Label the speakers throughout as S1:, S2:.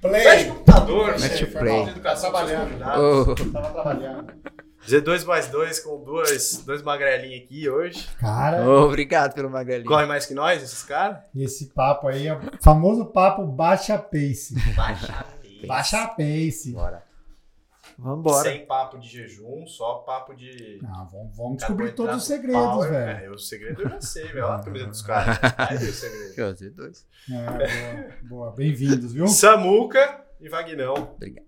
S1: Play.
S2: computador,
S1: Mete
S2: gente,
S1: o
S2: foi
S1: play.
S2: mal. Educação, né?
S1: Tava
S2: seus
S1: trabalhando.
S2: convidados.
S3: Oh,
S1: Eu Tava trabalhando.
S2: G2 mais 2 com dois, dois magrelinhos aqui hoje.
S1: Cara,
S3: Ô, obrigado pelo Magalinho.
S2: Corre mais que nós, esses caras?
S1: esse papo aí é o famoso papo baixa pace.
S2: Baixa
S1: Baixa pace.
S2: Bora.
S3: Vambora.
S2: Sem papo de jejum, só papo de.
S1: Não, vamos, vamos descobrir todos os
S2: carboidrato,
S1: segredos,
S2: power.
S1: velho.
S2: É, o segredo eu já sei, velho. Olha a camisa dos caras. Aí o segredo.
S3: Eu, os dois.
S1: É, boa, boa. Bem-vindos, viu?
S2: Samuca e Vagnão.
S3: Obrigado.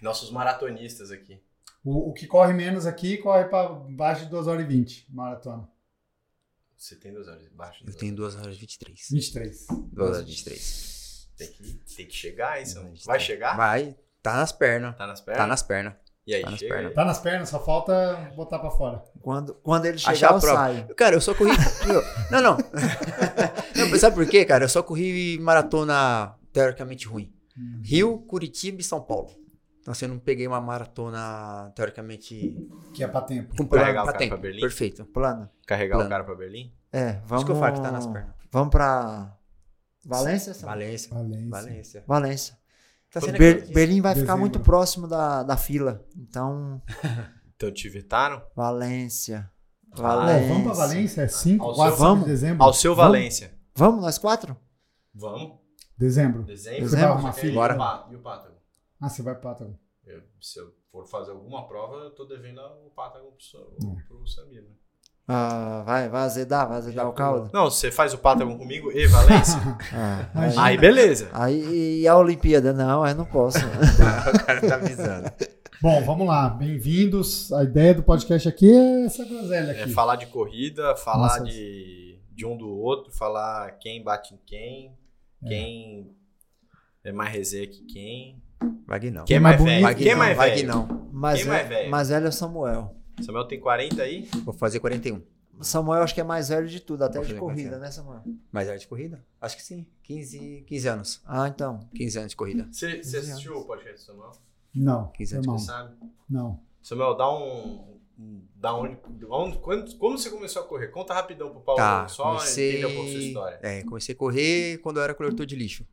S2: Nossos maratonistas aqui.
S1: O, o que corre menos aqui corre pra baixo de 2 horas e 20, maratona.
S2: Você tem duas horas embaixo?
S3: Eu tenho 2 horas e 23.
S1: 23.
S3: 2 horas e 23.
S2: Tem que, tem que chegar, hein, Samu?
S3: Duas horas e
S2: Vai
S3: 23.
S2: chegar?
S3: Vai. Tá nas pernas.
S2: Tá nas pernas?
S3: Tá nas pernas.
S2: E aí,
S3: tá nas
S2: chega.
S3: pernas.
S1: Tá nas pernas, só falta botar pra fora.
S4: Quando, quando ele chegar,
S3: Achar a
S4: eu
S3: prova.
S4: saio.
S3: Cara, eu só corri. Meu, não, não. não. mas Sabe por quê, cara? Eu só corri maratona teoricamente ruim.
S1: Hum.
S3: Rio, Curitiba e São Paulo. Então, assim, eu não peguei uma maratona teoricamente
S1: Que é pra tempo.
S3: com
S2: Carregar
S3: plano
S2: o
S3: pra
S2: cara
S3: tempo.
S2: pra Berlim?
S3: Perfeito.
S4: Plano.
S2: Carregar
S3: Plano.
S2: o cara pra Berlim?
S4: É,
S3: Por
S4: vamos.
S3: Isso que eu falo que tá nas pernas.
S4: Vamos pra. Valência? Sam?
S3: Valência.
S1: Valência.
S3: Valência.
S4: Valência.
S3: Tá sendo
S4: Ber-
S3: aqui.
S4: Berlim vai ficar
S1: Dezembro.
S4: muito próximo da, da fila. Então,
S2: Então te vetaram?
S1: Hum.
S4: Valência.
S1: Ó,
S4: Valência.
S1: Ah, vamos pra Valência? É 5,
S2: Ao
S1: 4
S4: seu-
S1: de
S4: vamos.
S1: dezembro?
S2: Ao seu
S4: Vamos.
S2: Valência.
S4: Vamos, nós quatro?
S2: Vamos.
S1: Dezembro.
S2: Dezembro.
S4: Dezembro?
S2: Você
S1: Uma
S2: quer
S1: fila.
S2: ir?
S3: Bora.
S2: E o pá- E o Pátago?
S1: Ah, você vai pra Patagon.
S2: Eu- se eu for fazer alguma prova, eu tô devendo o Pátago pro, Sa-
S1: Hum.
S2: pro Samir. né?
S4: Ah, vai, vai azedar, vai azedar o caldo.
S2: Não, você faz o Pátago comigo e Valência?
S4: Ah,
S1: Imagina.
S2: aí beleza.
S4: aí, e a Olimpíada? Não, aí não posso.
S3: O cara tá avisando.
S1: Bom, vamos lá. Bem-vindos. A ideia do podcast aqui é essa groselha
S2: É
S1: aqui.
S2: falar de corrida, falar
S1: Nossa.
S2: de, de um do outro, falar quem bate em quem, quem é mais resenha que quem.
S3: Vagnão.
S2: Quem é
S1: é mais
S2: mais velho?
S1: bonito,
S2: Quem é
S3: Vagnão,
S2: mais velho?
S3: Vagnão.
S4: Mas,
S2: Quem mais
S4: é-
S2: velho?
S4: mas velho é o Samuel.
S2: Samuel tem 40 aí?
S3: Vou fazer 41.
S4: Samuel acho que é mais velho de tudo, até
S3: Vou
S4: de
S3: fazer
S4: corrida,
S3: quatro.
S4: né, Samuel?
S3: Mais hora é de corrida? Acho que sim. 15, 15 anos.
S4: Ah, então.
S3: 15 anos de corrida.
S2: Você você
S4: anos.
S2: assistiu o podcast do Samuel?
S1: Não,
S3: Quiser
S1: não,
S2: Você sabe?
S1: não.
S2: Samuel, dá um. um- Da onde, de onde quando, como você começou a correr? Conta rapidão pro Paulo,
S4: Tá,
S2: só entender um pouco sua história.
S3: Tá, é, comecei a correr quando eu era coletor de lixo.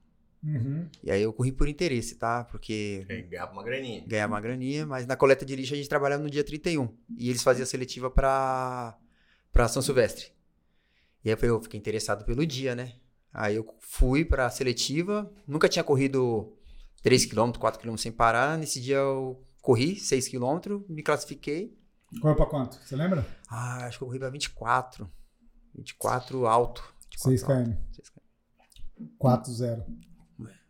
S1: Uhum.
S3: E aí eu corri por interesse, tá? Porque
S2: É, Ganhava uma graninha.
S3: ganhava uma graninha, mas na coleta de lixo a gente trabalhava no dia 31. E eles faziam a seletiva pra, pra São Silvestre. E aí eu falei, eu fiquei interessado pelo dia, né? Aí eu fui pra seletiva, nunca tinha corrido 3km, 4km sem parar. Nesse dia eu corri 6km, me classifiquei.
S1: Correu pra quanto? Você lembra?
S3: Ah, acho que eu corri pra 24. 24 alto.
S1: 6
S3: alto.
S1: km.
S3: 6 km.
S1: 4-0.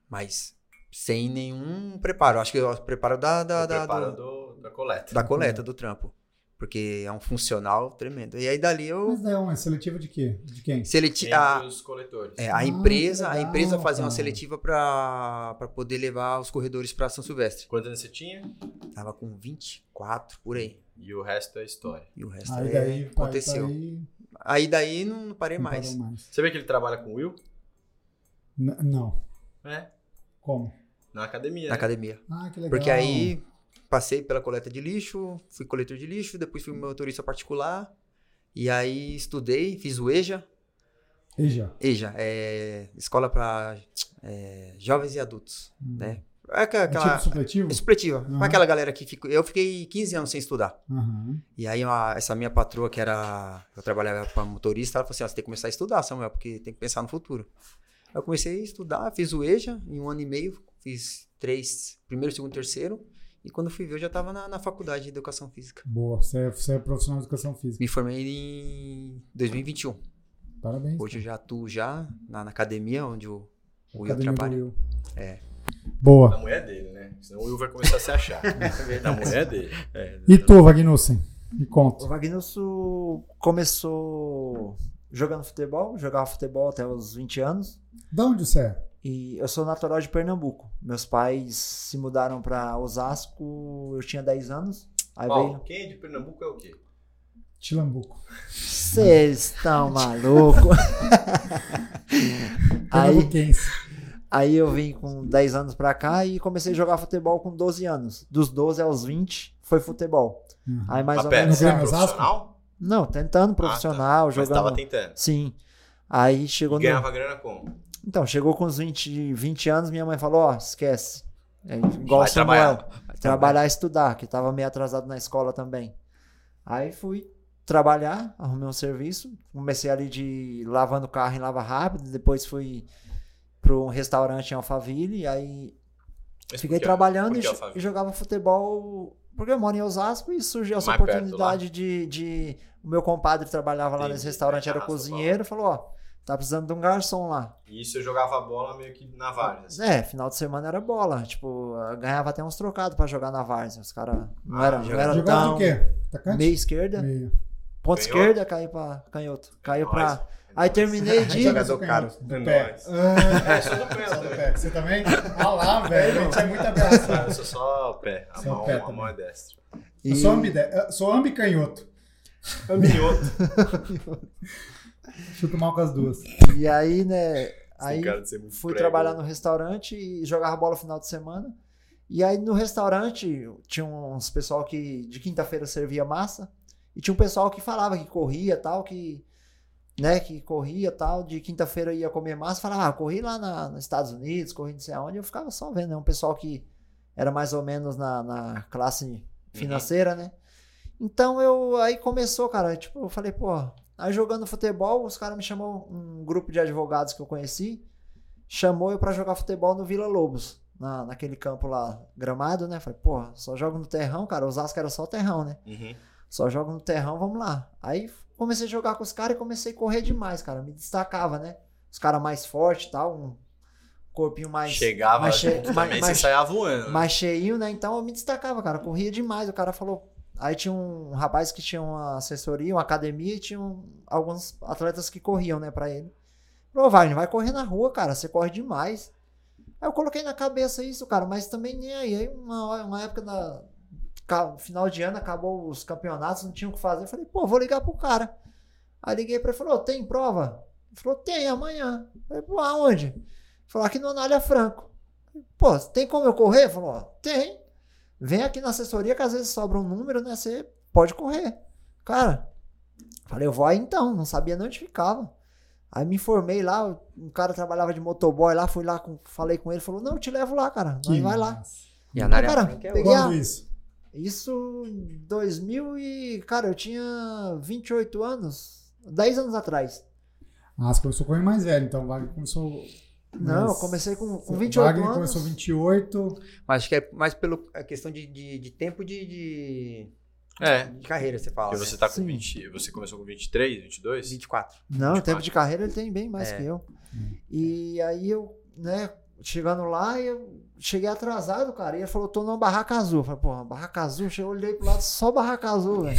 S3: Mas sem nenhum preparo. Acho que é o preparo da,
S2: Da,
S3: da, da,
S2: preparo
S3: do-
S2: do- da coleta.
S3: da coleta, do trampo. Porque é um funcional tremendo. E aí dali eu.
S1: Mas é uma seletiva de quê? De quem?
S2: Entre
S3: Seleti a,
S2: os coletores.
S3: é,
S1: Ah,
S3: a
S1: que
S3: empresa, a
S1: legal,
S3: empresa fazia uma
S1: cara.
S3: seletiva pra pra poder levar os corredores pra São Silvestre.
S2: Quantos anos você tinha?
S3: Tava com 24 por aí.
S2: E o resto é história.
S3: E o resto
S1: Aí
S3: aí,
S1: daí
S3: aconteceu.
S1: Aí,
S3: Aí,
S1: daí,
S3: daí não, não parei
S1: não
S3: mais.
S1: parou mais.
S2: Você vê que ele trabalha com o Will?
S1: N- não.
S2: É.
S1: Como?
S2: Na academia.
S3: Na
S2: né?
S3: academia.
S1: Ah, que legal.
S3: Porque aí passei pela coleta de lixo, fui coletor de lixo, depois fui motorista particular. E aí estudei, fiz o EJA.
S1: E já.
S3: EJA é escola para jovens e adultos,
S1: Hum.
S3: né? É aquela,
S1: É tipo
S3: aquela
S1: supletivo?
S3: é supletiva.
S1: Uhum.
S3: Pra aquela galera que ficou, eu fiquei 15 anos sem estudar.
S1: Aham.
S3: E aí a- essa minha patroa que era eu trabalhava para motorista, ela falou assim: "Ó, você tem que começar a estudar, Samuel, porque tem que pensar no futuro. Aí Eu comecei a estudar, fiz o EJA em um ano e meio, fiz três, primeiro, segundo, terceiro. E quando fui ver, eu já estava na, na faculdade de educação física.
S1: Boa. Você é, você é profissional de educação física.
S3: Me formei em 2021.
S1: Parabéns.
S3: Hoje eu já atuo já na, na academia onde o, o Will
S1: Academia do
S3: trabalha.
S1: Will.
S3: É.
S1: Boa.
S2: Da mulher dele, né? Senão o Will vai começar a se achar. da mulher dele.
S1: E tu, Vagnussen? Me conta.
S4: O Vagnilson começou jogando futebol, jogava futebol até os 20 anos.
S1: De onde você é?
S4: E eu sou natural de Pernambuco. Meus pais se mudaram para Osasco, eu tinha 10 anos. Aí
S2: Paulo,
S4: veio.
S2: quem é de Pernambuco é o quê?
S1: Tilambuco.
S4: Vocês estão maluco? aí,
S1: Pernambuquense.
S4: aí eu vim com 10 anos pra cá e comecei a jogar futebol com 12 anos. Dos 12 aos 20 foi futebol.
S1: Uhum.
S4: Aí mais
S2: Mas
S4: ou
S2: pera,
S4: menos.
S2: você é
S1: Grêmio Osasco?
S2: profissional?
S4: Não, tentando profissional,
S2: Ah, tá. Mas
S4: jogando.
S2: tava tentando.
S4: Sim. Aí
S2: E
S4: chegou no-
S2: ganhava grana como?
S4: Então, chegou com uns 20, 20 anos, minha mãe falou, ó, esquece. É, igual
S3: Vai
S4: o Samuel.
S3: trabalhar. Vai
S4: Trabalhar e estudar, que tava meio atrasado na escola também. Aí fui trabalhar, arrumei um serviço, comecei ali de lavando carro em lava rápido, depois fui para um restaurante em Alphaville, e aí
S2: Mas
S4: fiquei
S2: por que-
S4: trabalhando
S2: por
S4: e,
S2: que
S4: jo-
S2: Alphaville?
S4: e jogava futebol, porque eu moro em Osasco e surgiu essa
S2: Mais perto
S4: oportunidade de, de- O meu compadre trabalhava lá nesse
S2: Entendi. É
S4: restaurante, era
S2: Arrasou,
S4: cozinheiro, falou, ó, tá precisando de um garçom lá.
S2: E isso eu jogava bola meio que na várzea. assim.
S4: É, final de semana era bola. Tipo, eu ganhava até uns trocados pra jogar na Várzea. Os caras não era, não era
S1: Ah, Jogava
S4: tão...
S1: o quê? Atacante?
S4: Meia esquerda,
S1: Meio.
S2: Canhoto.
S4: ponta esquerda, caiu pra canhoto. Caiu
S2: Nós.
S4: pra... Aí terminei de...
S3: Jogador caro.
S1: Do
S2: É
S1: pé.
S2: nóis.
S1: Ah,
S2: É, só do pé,
S1: só do
S2: né?
S1: pé. Você também? Ah lá, velho. A gente é muito abraçado.
S2: Ah, Eu sou só o pé. A
S1: Só o
S2: mão,
S1: pé
S2: a mão
S1: também.
S2: é destra.
S1: Eu sou, ambide... eu sou ambicanhoto. É
S2: Minhoto.
S1: Chuto mal com as duas.
S4: E aí, né... Aí
S2: cara de ser muito
S4: fui
S2: prego.
S4: trabalhar no restaurante e jogava bola no final de semana. E aí no restaurante tinha uns pessoal que de quinta-feira servia massa. E tinha um pessoal que falava que corria tal, que... Né, que corria tal, de quinta-feira ia comer massa, falava, ah, corri lá na, nos Estados Unidos, corri não sei aonde, eu ficava só vendo, né? Um pessoal que era mais ou menos na, na classe financeira, né? Então eu aí começou, cara, tipo, eu falei, pô, aí jogando futebol, os caras me chamou um grupo de advogados que eu conheci, chamou eu pra jogar futebol no Vila Lobos, na, naquele campo lá, gramado, né? Falei, pô, só jogo no terrão, cara, Osasco era só terrão, né?
S2: Uhum.
S4: Só jogo no terrão, vamos lá. Aí comecei a jogar com os caras e comecei a correr demais, cara, me destacava, né? Os caras mais fortes e tal, um corpinho mais
S2: Chegava
S4: mais che-
S2: também,
S4: mais-
S2: você
S4: mais-
S2: saia voando.
S4: mais cheinho, né? Então eu me destacava, cara. Corria demais. O cara falou. Aí tinha um rapaz que tinha uma assessoria, uma academia, e tinha um- alguns atletas que corriam, né, pra ele. Falou, Wagner, vai correr na rua, cara. Você corre demais. Aí eu coloquei na cabeça isso, cara, mas também nem aí. Aí uma, hora- uma época da. ca- Final de ano acabou os campeonatos, não tinha o que fazer. Eu falei, pô, vou ligar pro cara. Aí liguei pra ele falou, tem prova? Ele falou, tem, amanhã. Eu falei, pô, aonde? Ele falou, aqui no Anália é Franco. Pô, tem como eu correr? Ele Falou, ó, tem. Vem aqui na assessoria que às vezes sobra um número, né? Você pode correr. Cara, falei, eu vou aí então, não sabia nem onde ficava. Aí me informei lá, um cara trabalhava de motoboy lá, fui lá, com- falei com ele, falou, não, eu te levo lá, cara. Nós vai lá.
S1: massa.
S3: E a
S4: Aí,
S3: Nária
S4: cara,
S3: Franca é
S4: peguei a,
S1: Quando isso?
S4: isso em 2000 e, cara, eu tinha 28 anos, 10 anos atrás.
S1: Ah, você começou com ele mais velho, então o Wagner começou.
S4: Não,
S1: Mas-
S4: eu comecei com, com
S1: O
S4: 28
S1: Wagner
S4: anos.
S1: começou 28.
S3: Mas acho que é mais pela questão de, de, de tempo de, de,
S2: É.
S3: de carreira, você fala.
S2: E
S3: né?
S2: você tá com
S4: Sim.
S2: 20. Você começou com 23, 22?
S3: 24.
S4: Não, o
S2: 24.
S4: tempo de carreira ele tem bem mais
S3: É.
S4: que eu. E aí eu, né, chegando lá, eu cheguei atrasado, cara. E ele falou, tô numa barraca azul. Eu falei, porra, barraca azul? Eu olhei pro lado, só barraca azul, velho.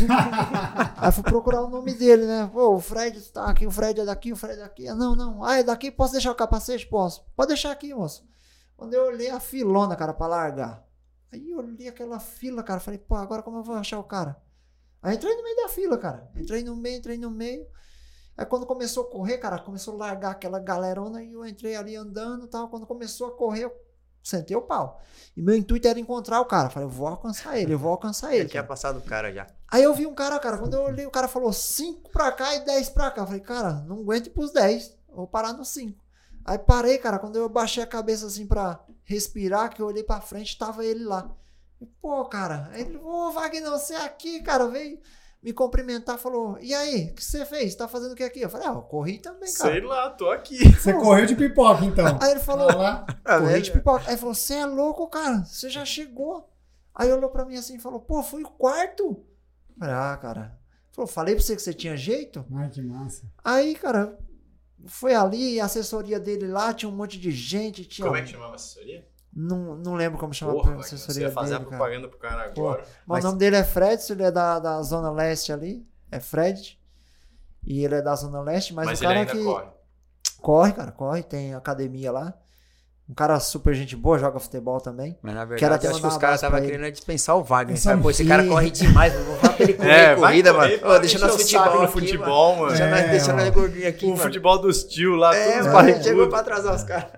S4: aí fui procurar o nome dele, né? Pô, o Fred tá aqui, o Fred é daqui, o Fred é daqui. Ah, Não, não. Ah, é daqui? Posso deixar o capacete? Posso. Pode deixar aqui, moço. Quando eu olhei a filona, cara, pra largar. Aí eu olhei aquela fila, cara. Falei, pô, agora como eu vou achar o cara? Aí entrei no meio da fila, cara. Entrei no meio, entrei no meio. Aí quando começou a correr, cara, começou a largar aquela galerona e eu entrei ali andando e tal. Quando começou a correr, eu sentei o pau. E meu intuito era encontrar o cara. Falei, eu vou alcançar ele, eu vou alcançar
S3: Ele
S4: ele.
S3: tinha
S4: cara.
S3: passado o cara já.
S4: Aí eu vi um cara, cara, quando eu olhei, o cara falou 5 pra cá e 10 pra cá. Eu falei, cara, não aguento ir pros 10, vou parar no 5. Aí parei, cara, quando eu baixei a cabeça assim pra respirar, que eu olhei pra frente, tava ele lá. E, Pô, cara, aí ele, ô Wagner, você é aqui, cara, veio me cumprimentar, falou, e aí, o que você fez? Tá fazendo o que aqui? Eu falei, ah, eu corri também, cara.
S2: Sei lá, tô aqui.
S1: Você correu de pipoca, então.
S4: Aí ele falou,
S1: Vai lá.
S2: Ah, Tá
S4: Corri de pipoca. Aí falou, você é louco, cara. Você já chegou. Aí olhou pra mim assim e falou, pô, fui o quarto. Falei, ah, cara. Falou, falei pra você que você tinha jeito?
S1: Ai, que massa.
S4: Aí, cara, foi ali, a assessoria dele lá, tinha um monte de gente. Tinha...
S2: Como é que chamava a assessoria?
S4: Não, não lembro como chamava
S2: Porra,
S4: a
S2: Wagner, você
S4: assessoria
S2: ia fazer
S4: dele,
S2: a
S4: cara.
S2: propaganda pro cara agora.
S4: Mas
S3: Mas-
S4: o nome dele é Fred, ele é da, da Zona Leste ali. É Fred. E ele é da Zona Leste, mas,
S2: Mas,
S4: o
S2: ele
S4: cara
S2: ainda
S4: que.
S2: corre.
S4: Corre, cara, corre. Tem academia lá. Um cara super gente boa, joga futebol também.
S3: Mas na
S4: Quero
S3: verdade,
S4: até
S3: eu acho que
S4: mandar
S3: os
S4: um
S3: caras
S4: abraço
S3: estavam
S4: pra ele. é um
S3: querendo dispensar o Wagner.
S1: Esse
S3: Sabe? Pô, esse cara
S1: amigo.
S3: corre demais, não vou falar pra ele correr
S2: É, vai
S3: É, corrida,
S2: correr
S3: mano.
S2: pra
S3: Ô, deixa
S2: encher
S3: nós
S2: o saco
S3: futebol.
S2: no
S3: aqui, mano.
S2: futebol, mano.
S3: Deixa nós,
S1: É,
S3: deixa nós
S1: mano.
S3: gordinho aqui,
S2: O
S3: mano.
S2: futebol dos tio lá,
S3: É,
S2: todos
S3: mano,
S2: barrigudos.
S3: chegou pra atrasar os caras.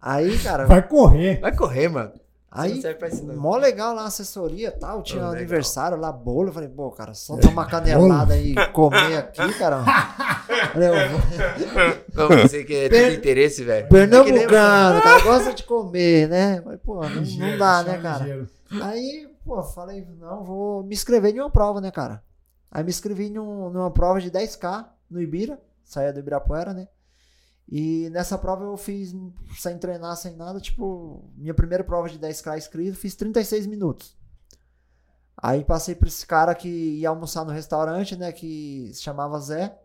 S4: Aí, cara,
S1: Vai correr.
S3: Vai correr, mano. Isso não
S4: Aí,
S3: serve pra isso, não.
S4: mó legal lá a assessoria e tal. Tinha
S3: Legal.
S4: aniversário lá, bolo. Eu falei, pô, cara, só tomar uma canelada e comer aqui, cara. Falei,
S3: É
S4: eu vou-
S2: é
S3: Não, você que tem interesse, velho. É que nem-
S4: Pernambucano, cara, gosta de comer, né? Falei, pô, não, não dá, né, cara? Aí, pô, falei, não, vou me inscrever em uma prova, né, cara? Aí me inscrevi num- numa prova de 10K no Ibira, saía do Ibirapuera, né? E nessa prova eu fiz, sem treinar, sem nada, tipo, minha primeira prova de 10K inscrito, fiz 36 minutos. Aí passei pra esse cara que ia almoçar no restaurante, né, que se chamava Zé,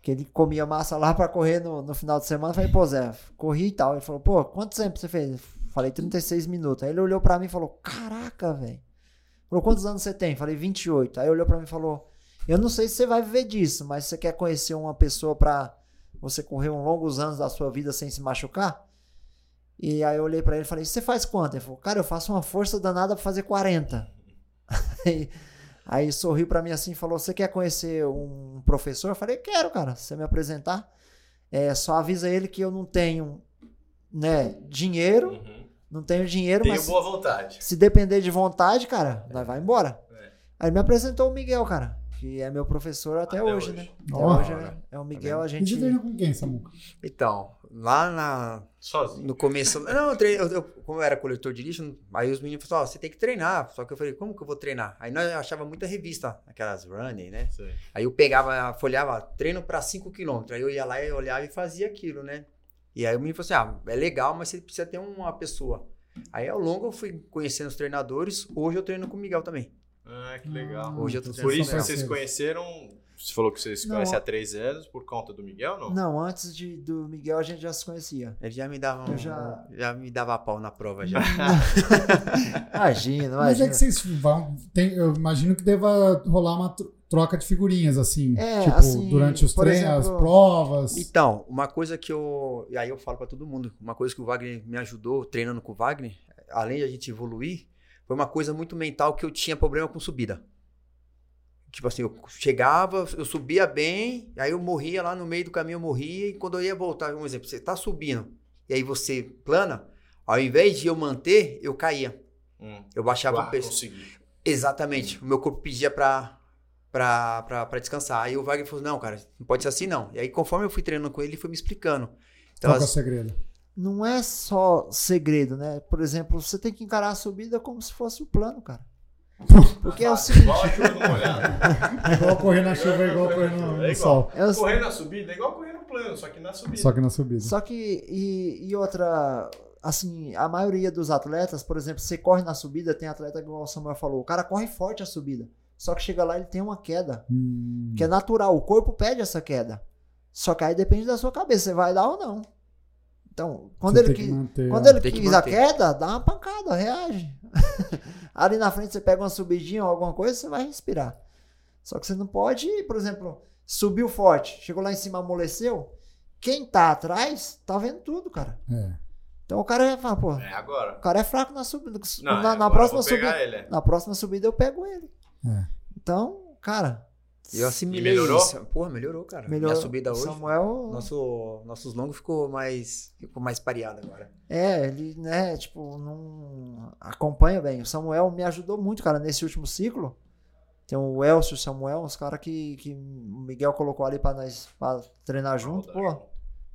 S4: que ele comia massa lá pra correr no, no final de semana. Falei, pô, Zé, corri e tal. Ele falou, pô, quanto tempo você fez? Falei, 36 minutos. Aí ele olhou pra mim e falou, caraca, velho. Falou, quantos anos você tem? Falei, 28. Aí olhou pra mim e falou, eu não sei se você vai viver disso, mas você quer conhecer uma pessoa pra você correr um longos anos da sua vida sem se machucar? E aí eu olhei pra ele e falei, você faz quanto? Ele falou, cara, eu faço uma força danada pra fazer 40. Aí, aí sorriu pra mim assim e falou, você quer conhecer um professor? Eu falei, quero, cara, se você me apresentar. É, só avisa ele que eu não tenho né, dinheiro,
S2: Uhum.
S4: não tenho dinheiro,
S2: Tenho
S4: mas...
S2: boa vontade.
S4: Se depender de vontade, cara, nós vai embora.
S2: É.
S4: Aí me apresentou o Miguel, cara, que é meu professor até,
S2: Até
S4: hoje,
S2: hoje.
S4: né? Até
S1: Ó.
S4: hoje é, é o Miguel, a
S1: E
S4: gente.
S1: você treina com quem, Samuca?
S3: Então, lá na,
S2: Sozinho.
S3: no começo. Não, eu treinei, eu- eu- como eu era coletor de lixo, aí os meninos falaram: Ó, você tem que treinar. Só que eu falei: como que eu vou treinar? Aí nós achava muita revista, aquelas running, né?
S2: Sei.
S3: Aí eu pegava, folhava, treino pra 5km. Aí eu ia lá e olhava e fazia aquilo, né? E aí o menino falou assim: ah, é legal, mas você precisa ter uma pessoa. Aí ao longo eu fui conhecendo os treinadores. Hoje eu treino com o Miguel também.
S2: Ah, que legal.
S3: Hoje eu tô
S1: vocês
S2: Por
S3: São
S2: isso que
S1: são
S2: vocês se
S1: parceiros.
S2: conheceram. Você falou que vocês se
S4: Não.
S2: conhecem há três anos por conta do Miguel, não?
S4: Não, antes de, do Miguel a gente já se conhecia.
S3: Ele já me dava um-
S4: Eu já-
S3: já me dava pau na prova já.
S4: Imagina, imagina.
S1: Mas é que vocês vão. tem- eu imagino que deva rolar uma tro- troca de figurinhas, assim.
S4: É,
S1: tipo,
S4: assim,
S1: durante os
S4: por
S1: treinos,
S4: exemplo-
S1: as provas.
S3: Então, uma coisa que eu. E aí eu falo pra todo mundo, uma coisa que o Wagner me ajudou treinando com o Wagner, além de a gente evoluir, foi uma coisa muito mental que eu tinha problema com subida. Tipo assim, eu chegava, eu subia bem, aí eu morria lá no meio do caminho, eu morria, e quando eu ia voltar, um exemplo, você tá subindo, e aí você plana, ao invés de eu manter, eu caía.
S2: Hum.
S3: Eu
S1: Tá,
S3: baixava
S2: Ah,
S3: o peso.
S2: consegui.
S3: Exatamente. O meu corpo pedia pra, pra, pra, pra descansar. Aí o Wagner falou: não, cara, não pode ser assim, não. E aí, conforme eu fui treinando com ele, ele foi me explicando. Então,
S1: Qual que é o
S3: as-
S1: segredo?
S4: Não é só segredo, né? Por exemplo, você tem que encarar a subida como se fosse o plano, cara. Porque é o seguinte.
S2: Igual a chuva no molhado.
S1: Igual correr na chuva, igual correr no,
S2: É
S1: no
S2: igual.
S1: sol.
S4: É o,
S2: Correr na subida é igual correr no plano, só que na subida.
S1: Só que na subida.
S4: Só que, e, e outra, assim, a maioria dos atletas, por exemplo, você corre na subida, tem atleta que o Samuel falou, o cara corre forte a subida. Só que chega lá ele tem uma queda,
S1: Hum,
S4: que é natural, o corpo pede essa queda. Só que aí depende da sua cabeça, você vai dar ou não. Então, quando
S1: você
S4: ele,
S1: tem que
S4: qui-
S1: manter
S4: quando ele
S3: Tem que
S4: quis a
S3: manter.
S4: queda, dá uma pancada, reage. Ali na frente você pega uma subidinha ou alguma coisa, você vai respirar. Só que você não pode, por exemplo, subiu forte, chegou lá em cima, amoleceu. Quem tá atrás, tá vendo tudo, cara.
S1: É.
S4: Então o cara fala, pô,
S2: É
S4: o
S2: agora.
S4: cara é fraco na subida.
S2: Não,
S4: na,
S2: é
S4: na
S2: agora eu
S4: próxima
S2: vou pegar
S4: subida,
S2: ele, é.
S4: na próxima subida eu pego ele.
S1: É.
S4: Então, cara,
S3: eu assimilei
S2: E melhorou?
S3: isso. Porra, melhorou, cara.
S4: melhor.
S3: Minha subida hoje.
S4: Samuel,
S3: Nosso, nossos longos ficou mais, ficou mais pareado agora.
S4: É, ele, né, tipo, não acompanha bem. O Samuel me ajudou muito, cara, nesse último ciclo. Tem o Elcio e o Samuel, os caras que, que o Miguel colocou ali pra nós pra treinar
S1: Então,
S4: junto. Pô,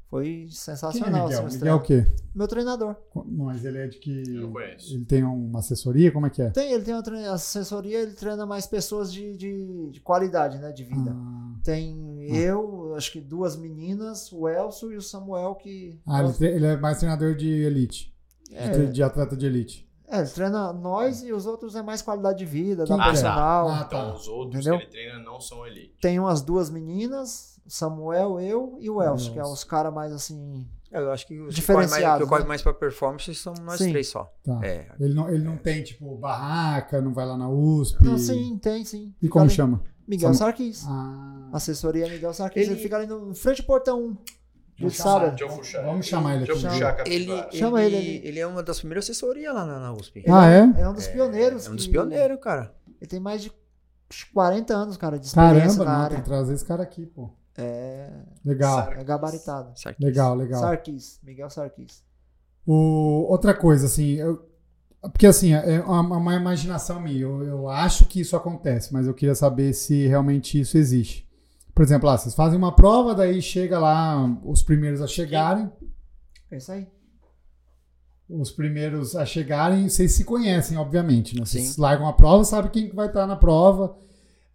S4: foi
S1: Quem é
S4: sensacional.
S1: Miguel?
S4: assim, os
S1: Miguel o quê?
S4: treinos. Meu treinador.
S1: Mas ele é de que.
S2: Eu não conheço.
S1: Ele tem uma assessoria? Como é que é?
S4: Tem, ele tem uma tre- assessoria, ele treina mais pessoas de, de, de qualidade, né, de vida.
S1: Ah,
S4: Tem eu, acho que duas meninas, o Elcio e o Samuel que...
S1: Ah, ele, tre- ele é mais treinador de elite.
S4: É.
S1: De, tre- de atleta de elite.
S4: É, ele treina nós e os outros é mais qualidade de vida,
S1: Quem que é?
S4: nutricional.
S1: Ah,
S2: Então
S1: tá.
S2: os outros
S4: Entendeu?
S2: que ele treina não são elite.
S4: tem umas duas meninas, Samuel, eu e o Elcio, que é
S1: Nossa.
S4: os caras mais assim.
S3: É, Eu acho que os que correm mais,
S4: Diferenciados,
S3: que eu corro
S4: né?
S3: mais pra performance são nós
S4: Sim.
S3: três só.
S1: Tá.
S3: É.
S1: Ele não, ele não tem, tipo, barraca, não vai lá na USP.
S4: Não, sim, tem, sim.
S1: E
S4: Fica
S1: como
S4: ali-
S1: chama?
S4: Miguel
S1: Samu-
S4: Sarquis.
S1: Ah,
S4: Assessoria Miguel Sarquis. Ele...
S3: Ele-
S4: fica ali no, em frente ao portão 1. Do
S1: Vamos
S4: sábado.
S1: chamar.
S2: Deixa eu puxar.
S1: Vamos chamar ele
S2: Deixa eu
S1: aqui.
S2: puxar a
S3: Ele,
S2: capivara.
S4: Chama
S3: ele,
S4: ele ali.
S3: ele é uma das primeiras assessorias lá na, na USP.
S1: Ah, é?
S4: É um dos pioneiros.
S3: É um dos
S4: que-
S3: pioneiros, cara.
S4: Ele tem mais de 40 anos, cara, de experiência
S1: Caramba,
S4: na
S1: não, tem
S4: área.
S1: que trazer esse cara aqui, pô.
S4: É,
S1: Legal,
S4: é gabaritado.
S3: Sarkis.
S1: legal, legal.
S4: Sarquis, Miguel Sarquis.
S1: O, outra coisa, assim, eu- porque assim, é uma, uma imaginação minha, eu, eu acho que isso acontece, mas eu queria saber se realmente isso existe. Por exemplo, ah, vocês fazem uma prova, daí chega lá os primeiros a chegarem.
S4: É isso aí.
S1: os primeiros a chegarem, vocês se conhecem, obviamente, né? Vocês Sim. largam a prova, sabe quem que vai estar na prova.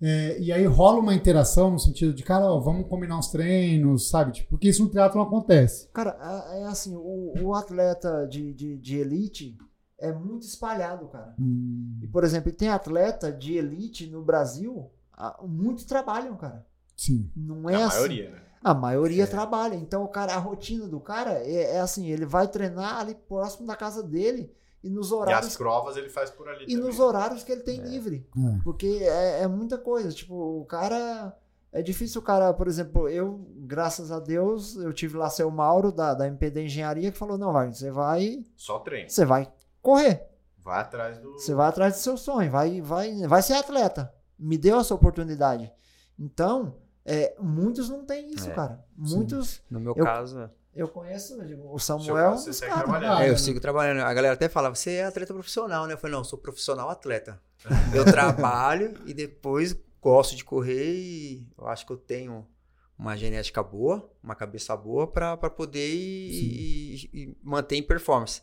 S1: É, e aí rola uma interação no sentido de, cara, ó, vamos combinar uns treinos, sabe? Tipo, porque isso no teatro não acontece.
S4: Cara, é assim, o, o atleta de, de, de, elite é muito espalhado, cara. Hum. E, por exemplo, tem atleta de elite no Brasil, muito trabalham, cara.
S1: Sim.
S4: Não é
S2: a
S4: assim.
S2: maioria, né?
S4: A maioria é. trabalha. Então, o cara, a rotina do cara é, é, assim, ele vai treinar ali próximo da casa dele e nos horários.
S2: E as provas ele faz por ali.
S4: E também. nos horários que ele tem é. livre. Porque é, muita coisa. Tipo, o cara. É difícil o cara, por exemplo, eu, graças a Deus, eu tive lá seu Mauro da, da MPD Engenharia que falou: não, vai, você vai.
S2: Só treino.
S4: Você vai correr.
S2: Vai atrás do.
S4: Você vai atrás do seu sonho, vai, vai, vai ser atleta. Me deu essa oportunidade. Então, é, muitos não têm isso, é, cara. Muitos. Sim.
S3: No meu eu, caso, né?
S4: Eu conheço o Samuel. um né?
S2: Você segue cara, trabalhando.
S1: Ah,
S2: É,
S3: eu sigo trabalhando. A galera até fala, você é atleta profissional, né? Eu falei, não, eu sou profissional atleta. Eu trabalho e depois gosto de correr e eu acho que eu tenho uma genética boa, uma cabeça boa para poder e, e, e, manter em performance.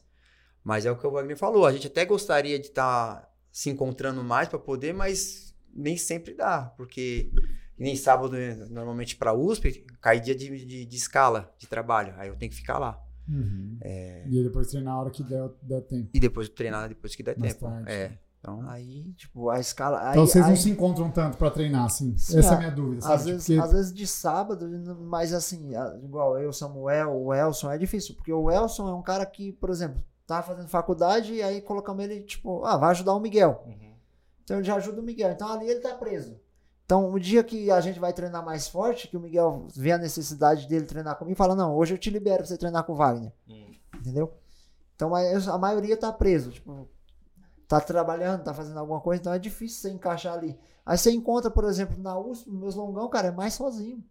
S3: Mas é o que o Wagner falou, a gente até gostaria de estar tá se encontrando mais para poder, mas nem sempre dá, porque nem sábado, né, normalmente para USP, cai dia de, de, de, escala de trabalho. Aí eu tenho que ficar lá.
S1: Uhum. É... E depois treinar a hora que der, der tempo.
S3: E depois treinar depois que der Mais tempo. Tarde. É.
S4: Então... Aí, tipo, a escala. Aí,
S1: então vocês
S4: aí...
S1: não se encontram tanto para treinar, assim. Sim, Essa é a minha dúvida. Sabe?
S4: Às, vezes, porque... às vezes de sábado, mas assim, igual eu, Samuel, o Elson, é difícil. Porque o Elson é um cara que, por exemplo, tá fazendo faculdade e aí colocamos ele, tipo, ah, vai ajudar o Miguel.
S1: é.
S4: Uhum. Então ele já ajuda o Miguel. Então ali ele tá preso. Então, o dia que a gente vai treinar mais forte, que o Miguel vê a necessidade dele treinar comigo, fala: Não, hoje eu te libero pra você treinar com o Wagner. Hum.
S2: uhum.
S4: Entendeu? Então, a maioria tá preso. Tipo, tá trabalhando, tá fazendo alguma coisa, então é difícil você encaixar ali. Aí você encontra, por exemplo, na USP, meus longão, cara, é mais sozinho.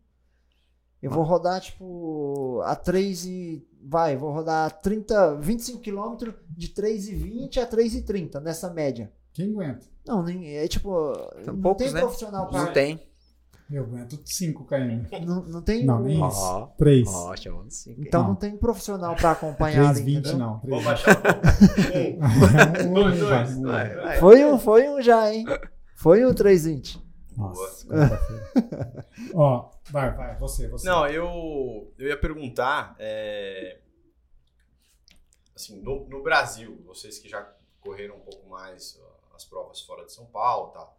S4: Eu vou rodar, tipo, a 3 e. Vai, vou rodar 30, 25 quilômetros de 3,20 a 3,30 nessa média.
S1: Quem aguenta?
S4: Não, nem, é tipo. São não poucos, tem né? profissional
S3: Não tem.
S1: Eu aguento 5 km.
S4: Não, não tem. um-
S1: Não, nem isso. 3.
S3: Ó, chamando 5.
S4: Então não. não. tem profissional pra acompanhar 3, ali.
S1: 20, não.
S2: 3, Vou baixar
S1: um pouco. um,
S4: um, um, foi um, foi um já, hein? Foi um 320.
S1: Nossa. Ó, vai, vai, você, você.
S2: Não, eu, eu ia perguntar. É, assim, no, no Brasil, vocês que já correram um pouco mais as provas fora de São Paulo tal.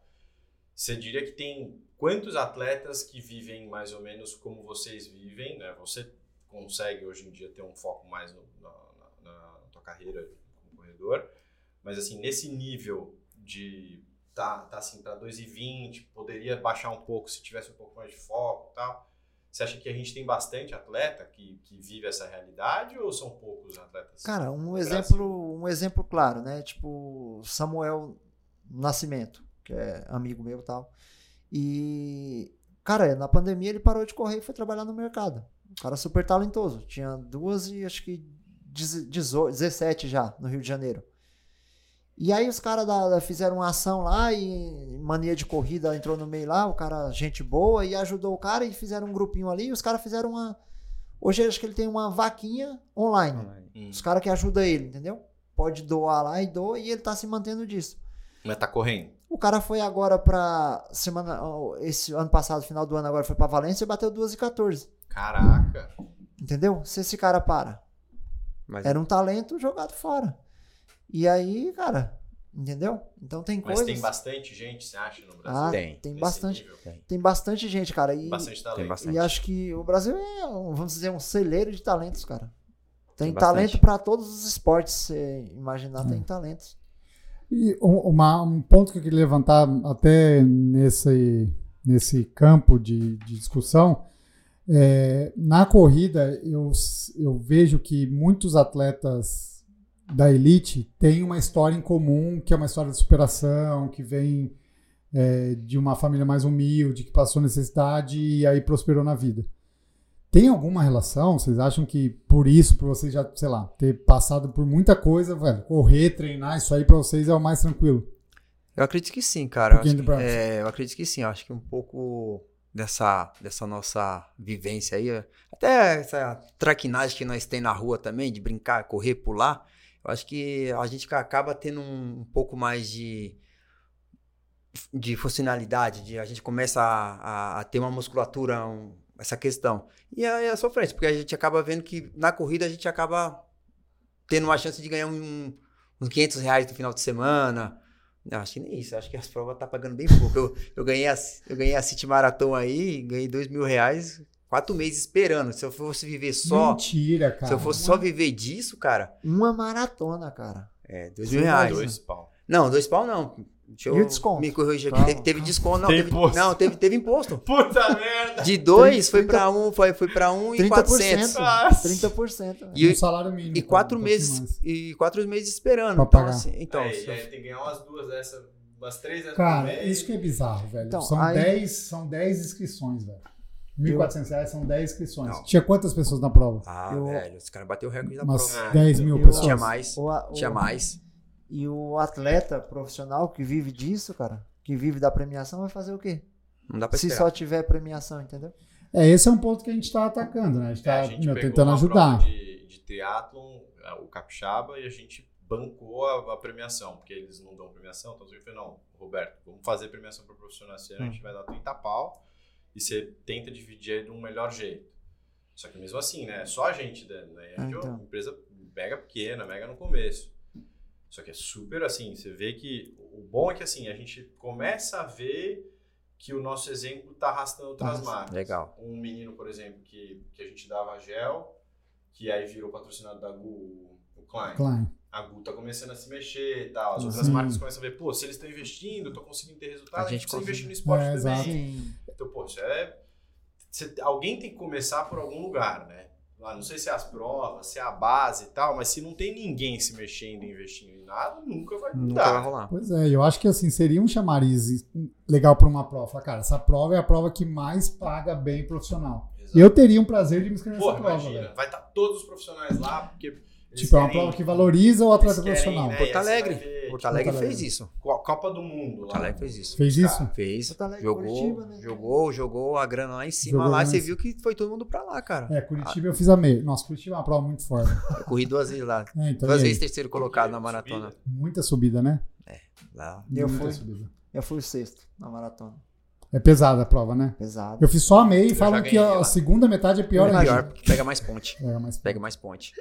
S2: Você diria que tem quantos atletas que vivem mais ou menos como vocês vivem, né? Você consegue hoje em dia ter um foco mais no, na, na, na, tua carreira como corredor, mas assim, nesse nível de tá, tá assim para 2,20, poderia baixar um pouco se tivesse um pouco mais de foco tal. Você acha que a gente tem bastante atleta que, que vive essa realidade ou são poucos atletas?
S4: Cara, um
S2: é assim.
S4: exemplo, Brasil? um exemplo claro, né? Tipo, Samuel Nascimento, que é amigo meu e tal. E, cara, na pandemia ele parou de correr e foi trabalhar no mercado. Um cara super talentoso. Tinha duas e acho que 17 já no Rio de Janeiro. E aí os caras fizeram uma ação lá e mania de corrida entrou no meio lá, o cara, gente boa, e ajudou o cara e fizeram um grupinho ali, e os caras fizeram uma. Hoje acho que ele tem uma vaquinha online.
S3: Uhum.
S2: Hum,
S4: online. Os caras que ajudam ele, entendeu? Pode doar lá e doa, e ele tá se mantendo disso.
S2: Mas tá correndo.
S4: O cara foi agora pra semana. Esse ano passado, final do ano, agora foi pra Valência e bateu 2 e 14.
S2: Caraca!
S4: Entendeu? Se esse cara para. Mas... Era um talento jogado fora. E aí, cara, entendeu? Então tem
S2: Mas
S4: coisas...
S2: tem bastante gente, você acha, no Brasil? Ah,
S4: tem. Tem bastante, nível. tem bastante gente, cara. E,
S2: bastante talento.
S4: Tem bastante. E acho que o Brasil é, vamos dizer, um celeiro de talentos, cara. Tem, tem talento para todos os esportes, você imaginar, hum. tem talentos.
S1: E uma, um ponto que eu queria levantar até nesse, nesse campo de, de discussão, é, na corrida eu, eu vejo que muitos atletas da elite tem uma história em comum, que é uma história de superação, que vem é, de uma família mais humilde, que passou necessidade e aí prosperou na vida. Tem alguma relação? Vocês acham que por isso, por vocês já, sei lá, ter passado por muita coisa, velho, correr, treinar, isso aí para vocês é o mais tranquilo?
S3: Eu acredito que sim, cara. Eu, que, é, eu acredito que sim. Eu acho que um pouco dessa, dessa nossa vivência aí, até essa traquinagem que nós tem na rua também, de brincar, correr, pular, Eu acho que a gente acaba tendo um, um pouco mais de, de funcionalidade, de, a gente começa a, a- a ter uma musculatura, um- essa questão. E é, é sofrência, porque a gente acaba vendo que na corrida a gente acaba tendo uma chance de ganhar um- uns 500 reais no final de semana. Não, acho que nem isso, acho que as provas tá pagando bem pouco. Eu, eu, ganhei, a, eu ganhei a City Marathon aí, ganhei dois mil reais, quatro meses esperando. Se eu fosse viver só,
S1: Mentira, cara.
S3: se eu fosse só viver disso, cara,
S4: Uma maratona, cara.
S3: é, dois mil reais.
S2: Dois pau.
S3: Não, dois pau não. Deixa eu
S4: E o desconto?
S3: me corrigir aqui.
S4: Calma,
S3: Teve, teve
S4: calma.
S3: desconto, não.
S2: Tem
S3: teve,
S2: imposto.
S3: Não, teve, teve imposto.
S2: Puta merda!
S3: De dois foi
S4: 30
S3: pra um, foi, foi pra um e 400.
S4: 30%.
S2: Ah,
S4: 30%. velho.
S3: E,
S1: um salário mínimo.
S3: e
S1: cara,
S3: quatro
S1: um pouquinho
S3: meses
S1: mais.
S3: e quatro meses esperando.
S1: Pra
S3: então,
S1: pagar.
S3: assim, então,
S2: Aí,
S3: se eu-
S2: aí tem que ganhar umas duas dessas, umas três dessas por
S1: Cara,
S2: mês.
S1: isso que é bizarro, velho.
S4: Então,
S1: são,
S4: aí-
S1: 10, são 10 inscrições, velho. 1.400 reais são 10 inscrições.
S3: Não.
S1: Tinha quantas pessoas na prova?
S3: Ah,
S4: Eu-
S3: velho, os caras bateu o recorde da
S1: Umas
S3: prova. né?
S2: Ah,
S1: 10
S2: então,
S1: mil
S4: eu-
S1: pessoas.
S3: Tinha mais,
S4: O a- o-
S3: tinha mais.
S4: E o atleta profissional que vive disso, cara, que vive da premiação, vai fazer o quê?
S3: Não dá pra
S4: Se
S3: esperar.
S4: só tiver premiação, entendeu?
S1: É, esse é um ponto que a gente está atacando, né? A gente
S2: É,
S1: está
S2: a gente pegou
S1: tentando
S2: uma
S1: ajudar.
S2: prova De, de triatlon, é, o capixaba, e a gente bancou a, a premiação, porque eles não dão premiação. Então eu falei, não, Roberto, vamos fazer premiação para profissional esse
S1: Hum.
S2: ano, a gente vai dar 30 pau e você tenta dividir aí de um melhor jeito. Só que mesmo assim, né? Só a gente dando, né? A
S4: Ah,
S2: gente é
S4: então.
S2: uma empresa mega pequena, mega no começo. Só que é super assim, você vê que o bom é que assim, a gente começa a ver que o nosso exemplo tá arrastando outras
S4: Arrastando.
S2: marcas.
S3: Legal.
S2: Um menino, por exemplo, que, que a gente dava gel, que aí virou patrocinado da Gu, o Klein.
S1: Klein.
S2: A Gu tá começando a se mexer e tal. As outras
S1: Sim.
S2: marcas começam a ver, pô, se eles estão investindo, eu tô conseguindo ter resultado,
S3: A
S2: a
S3: gente
S2: gente, precisa investir
S3: consegue.
S2: no esporte
S1: É,
S2: também.
S1: exato.
S4: Sim.
S2: Então, pô, isso é. cê- alguém tem que começar por algum lugar, né? Lá, não sei se é as provas, se é a base e tal, mas se não tem ninguém se mexendo, investindo em nada, nunca vai
S3: Nunca
S2: mudar.
S3: vai rolar.
S1: Pois é, eu acho que assim, seria um chamariz legal para uma prova. Falar, Cara, essa prova é a prova que mais paga bem profissional.
S2: Exato.
S1: Eu teria um prazer de me inscrever
S2: Porra,
S1: nessa prova,
S2: imagina,
S1: velho.
S2: vai estar todos os profissionais lá, porque. eles
S1: Tipo, é uma
S2: querem-
S1: prova que valoriza o atleta
S2: eles querem,
S1: profissional.
S2: né, e aí
S3: Porto
S2: você
S3: Alegre.
S2: vai ver,
S3: Porto Alegre
S1: Porto
S3: fez
S1: Alegre.
S3: isso.
S2: tipo, a Copa do Mundo.
S3: Porto Alegre fez isso. Tá.
S1: Fez isso?
S3: Fez.
S4: Porto Alegre,
S3: Jogou,
S4: Curitiba, né?
S3: jogou, jogou a grana lá em cima
S1: Jogou
S3: lá,
S1: lá
S3: e
S1: em
S3: você
S1: cima.
S3: viu que foi todo mundo pra lá, cara.
S1: É, Curitiba eu fiz a meia. Nossa, Curitiba é uma prova muito forte.
S3: Eu corri duas vezes lá.
S1: É, então,
S3: Duas
S1: e aí?
S3: vezes terceiro colocado na maratona.
S1: Muita subida, né?
S3: Lá.
S4: Eu
S1: Muita
S4: fui.
S1: subida.
S4: Eu fui o sexto na maratona.
S1: É pesada a prova, né?
S4: Pesado.
S1: Eu fiz só a meia e falam
S2: já
S1: que
S2: ganhei
S1: a
S2: lá.
S1: segunda metade é pior
S3: é
S1: ainda.
S3: pior, porque pega mais ponte.
S1: É, mas
S3: Pega mais ponte.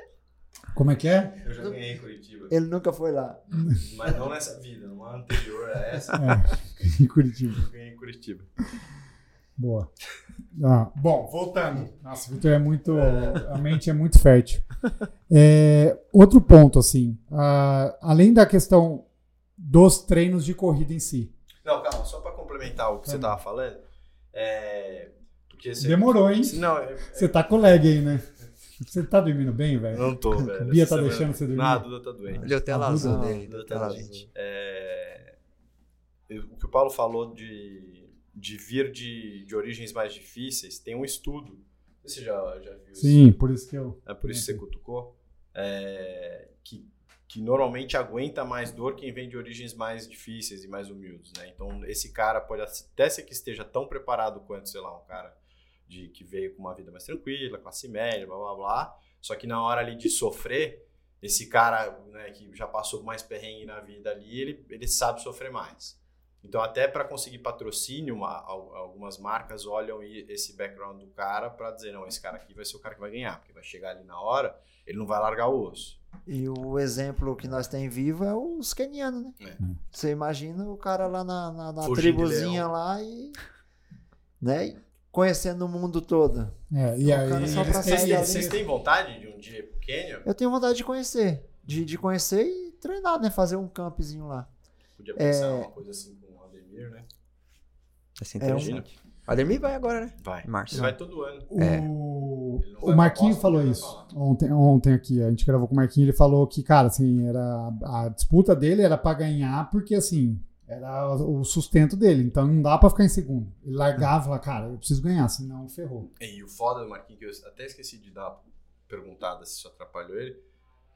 S1: como é que é?
S2: Eu já ganhei em Curitiba.
S4: Ele nunca foi lá.
S2: Mas não nessa vida, numa anterior a essa,
S1: Em Curitiba.
S2: eu ganhei em Curitiba.
S1: Boa. Ah, bom, voltando. Nossa, o Vitor é muito. A mente é muito fértil. É, outro ponto, assim. ah, além da questão dos treinos de corrida em si.
S2: Não, calma, só pra complementar o que você
S1: Calma.
S2: tava falando. É. Porque você.
S1: Demorou, hein?
S2: Não, eu
S1: Você tá com lag aí, né? Você tá dormindo bem, velho?
S2: não tô, velho.
S1: Bia
S2: Essa
S1: tá
S2: semana-
S1: deixando você dormir? Ah,
S2: Não, a Duda tá doente.
S3: Deu tela azul
S4: Não,
S3: dele.
S2: Duda
S3: Deu
S2: tá
S3: tela
S2: doente.
S3: azul.
S2: É, eu- o que o Paulo falou de, de vir de, de origens mais difíceis, tem um estudo. Você já, já viu isso?
S1: Sim, por isso que eu.
S2: É por isso que você cutucou. É, que, que normalmente aguenta mais dor quem vem de origens mais difíceis e mais humildes, né? Então, esse cara pode até ser que esteja tão preparado quanto, sei lá, um cara de, que veio com uma vida mais tranquila, classe média, blá blá blá. Só que na hora ali de sofrer, esse cara né, que já passou mais perrengue na vida ali, ele, ele sabe sofrer mais. Então, até para conseguir patrocínio, uma- al- algumas marcas olham e- esse background do cara para dizer: não, esse cara aqui vai ser o cara que vai ganhar, porque vai chegar ali na hora, ele não vai largar o osso.
S4: E o exemplo que nós tem vivo é os kenianos, né?
S2: É.
S4: Você imagina o cara lá na, na, na
S2: Fugindo de
S4: tribuzinha
S2: leão.
S4: lá e. Né? e Conhecendo o mundo todo.
S1: É, e aí.
S4: um cara só
S1: eles
S4: pra
S1: têm-
S2: Vocês,
S4: sair
S2: têm-
S4: ali.
S2: vocês têm vontade de um dia ir pro Quênia?
S4: Eu tenho vontade de conhecer. De, de conhecer e treinar, né? Fazer um campzinho lá.
S2: Podia pensar uma coisa assim com o Ademir, né?
S3: Vai ser
S4: É um-
S3: interessante. O Ademir vai agora, né?
S2: Vai.
S3: Em março.
S2: Você vai todo ano.
S3: É.
S1: O,
S2: Ele não
S1: o
S2: vai
S1: Marquinho
S2: pra Boston,
S1: falou
S2: ele vai
S1: isso
S2: pra
S1: ontem, ontem aqui. A gente gravou com o Marquinho. Ele falou que, cara, assim, era, a disputa dele era pra ganhar, porque assim, era o sustento dele. Então não dá pra ficar em segundo. Ele largava e falava, cara, eu preciso ganhar, senão ferrou.
S2: E o foda do Marquinhos, que eu até esqueci de dar uma perguntada se isso atrapalhou ele.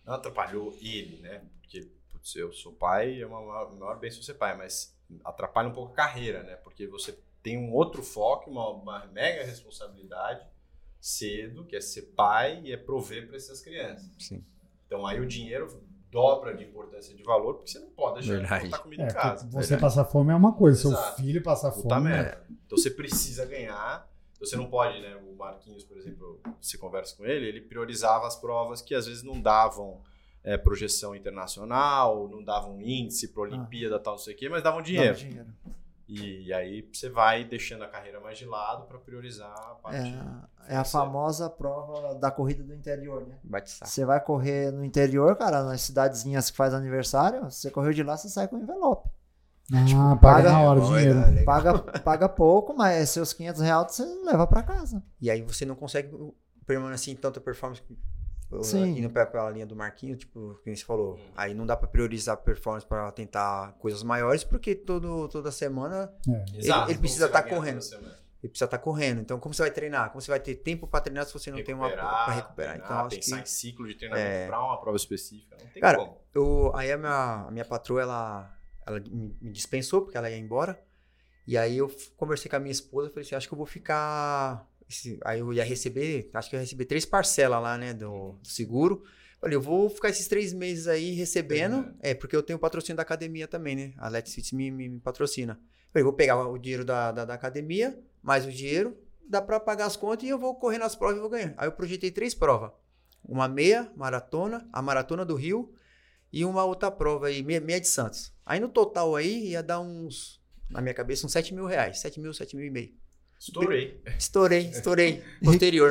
S2: Não atrapalhou ele, né? Porque, putz, eu sou pai e é uma maior, maior bênção ser pai, mas atrapalha um pouco a carreira, né? Porque você tem um outro foco, uma, uma mega responsabilidade cedo, que é ser pai e é prover para essas crianças.
S3: Sim.
S2: Então aí o dinheiro dobra de importância de valor, porque você não pode deixar
S3: Verdade.
S2: de botar comida
S1: É,
S2: em casa.
S1: porque você
S3: verdade.
S1: passar fome é uma coisa, seu
S2: Exato.
S1: filho passar
S2: Puta
S1: fome.
S3: né?
S2: merda. Então você precisa ganhar. Você não pode, né? O Marquinhos, por exemplo, você conversa com ele, ele priorizava as provas que às vezes não davam é, projeção internacional, não davam índice
S3: Ah.
S2: para Olimpíada, tal, não sei o quê, mas davam
S4: Dava
S2: dinheiro.
S4: um dinheiro.
S2: E aí você vai deixando a carreira mais de lado para priorizar a parte.
S4: É, a- é a famosa prova da corrida do interior, né?
S3: Bate saco.
S4: Você vai correr no interior, cara, nas cidadezinhas que faz aniversário, você correu de lá, você sai com envelope.
S1: Ah,
S2: Tipo,
S1: paga
S4: paga-
S1: na hora o
S3: Bom,
S1: dinheiro.
S3: é, legal.
S4: Paga, paga pouco, mas é seus 500 reais você leva pra casa.
S3: E aí você não consegue uh, permanecer em tanta performance. Eu-
S4: Sim.
S3: Indo pra, pela linha do Marquinhos, tipo, que você falou.
S2: Hum.
S3: Aí não dá pra priorizar a performance pra tentar coisas maiores, porque todo, toda semana
S1: É.
S2: como
S3: ele precisa
S2: Então você vai
S3: tá
S2: ganhar
S3: correndo.
S2: toda semana.
S3: ele precisa estar correndo. Então, como você vai treinar? Como você vai ter tempo pra treinar se você não tem uma
S2: né? Recuperar,
S3: pra recuperar? Então,
S2: treinar,
S3: acho
S2: pensar
S3: que.
S2: em ciclo de treinamento
S3: É.
S2: para uma prova específica. Não tem
S3: Cara,
S2: como.
S3: eu, aí a minha, a minha patroa, ela, ela me me dispensou, porque ela ia embora. E aí eu f- conversei com a minha esposa, falei assim, acho que eu vou ficar... esse- Aí eu ia receber, acho que eu ia receber três parcelas lá, né, do, do seguro. Falei, eu vou ficar esses três meses aí recebendo,
S2: Terminando.
S3: é, porque eu tenho patrocínio da academia também, né? A Let's Fit me, me, me patrocina. Falei, vou pegar o dinheiro da, da, da academia, mais o dinheiro, dá pra pagar as contas e eu vou correr nas provas e vou ganhar. Aí eu projetei três provas. Uma meia maratona, a maratona do Rio e uma outra prova aí, meia, meia de Santos. Aí no total aí ia dar uns, na minha cabeça, uns 7 mil reais. 7 mil, 7 mil e meio.
S2: Estourei.
S3: Estourei, estourei. Posterior.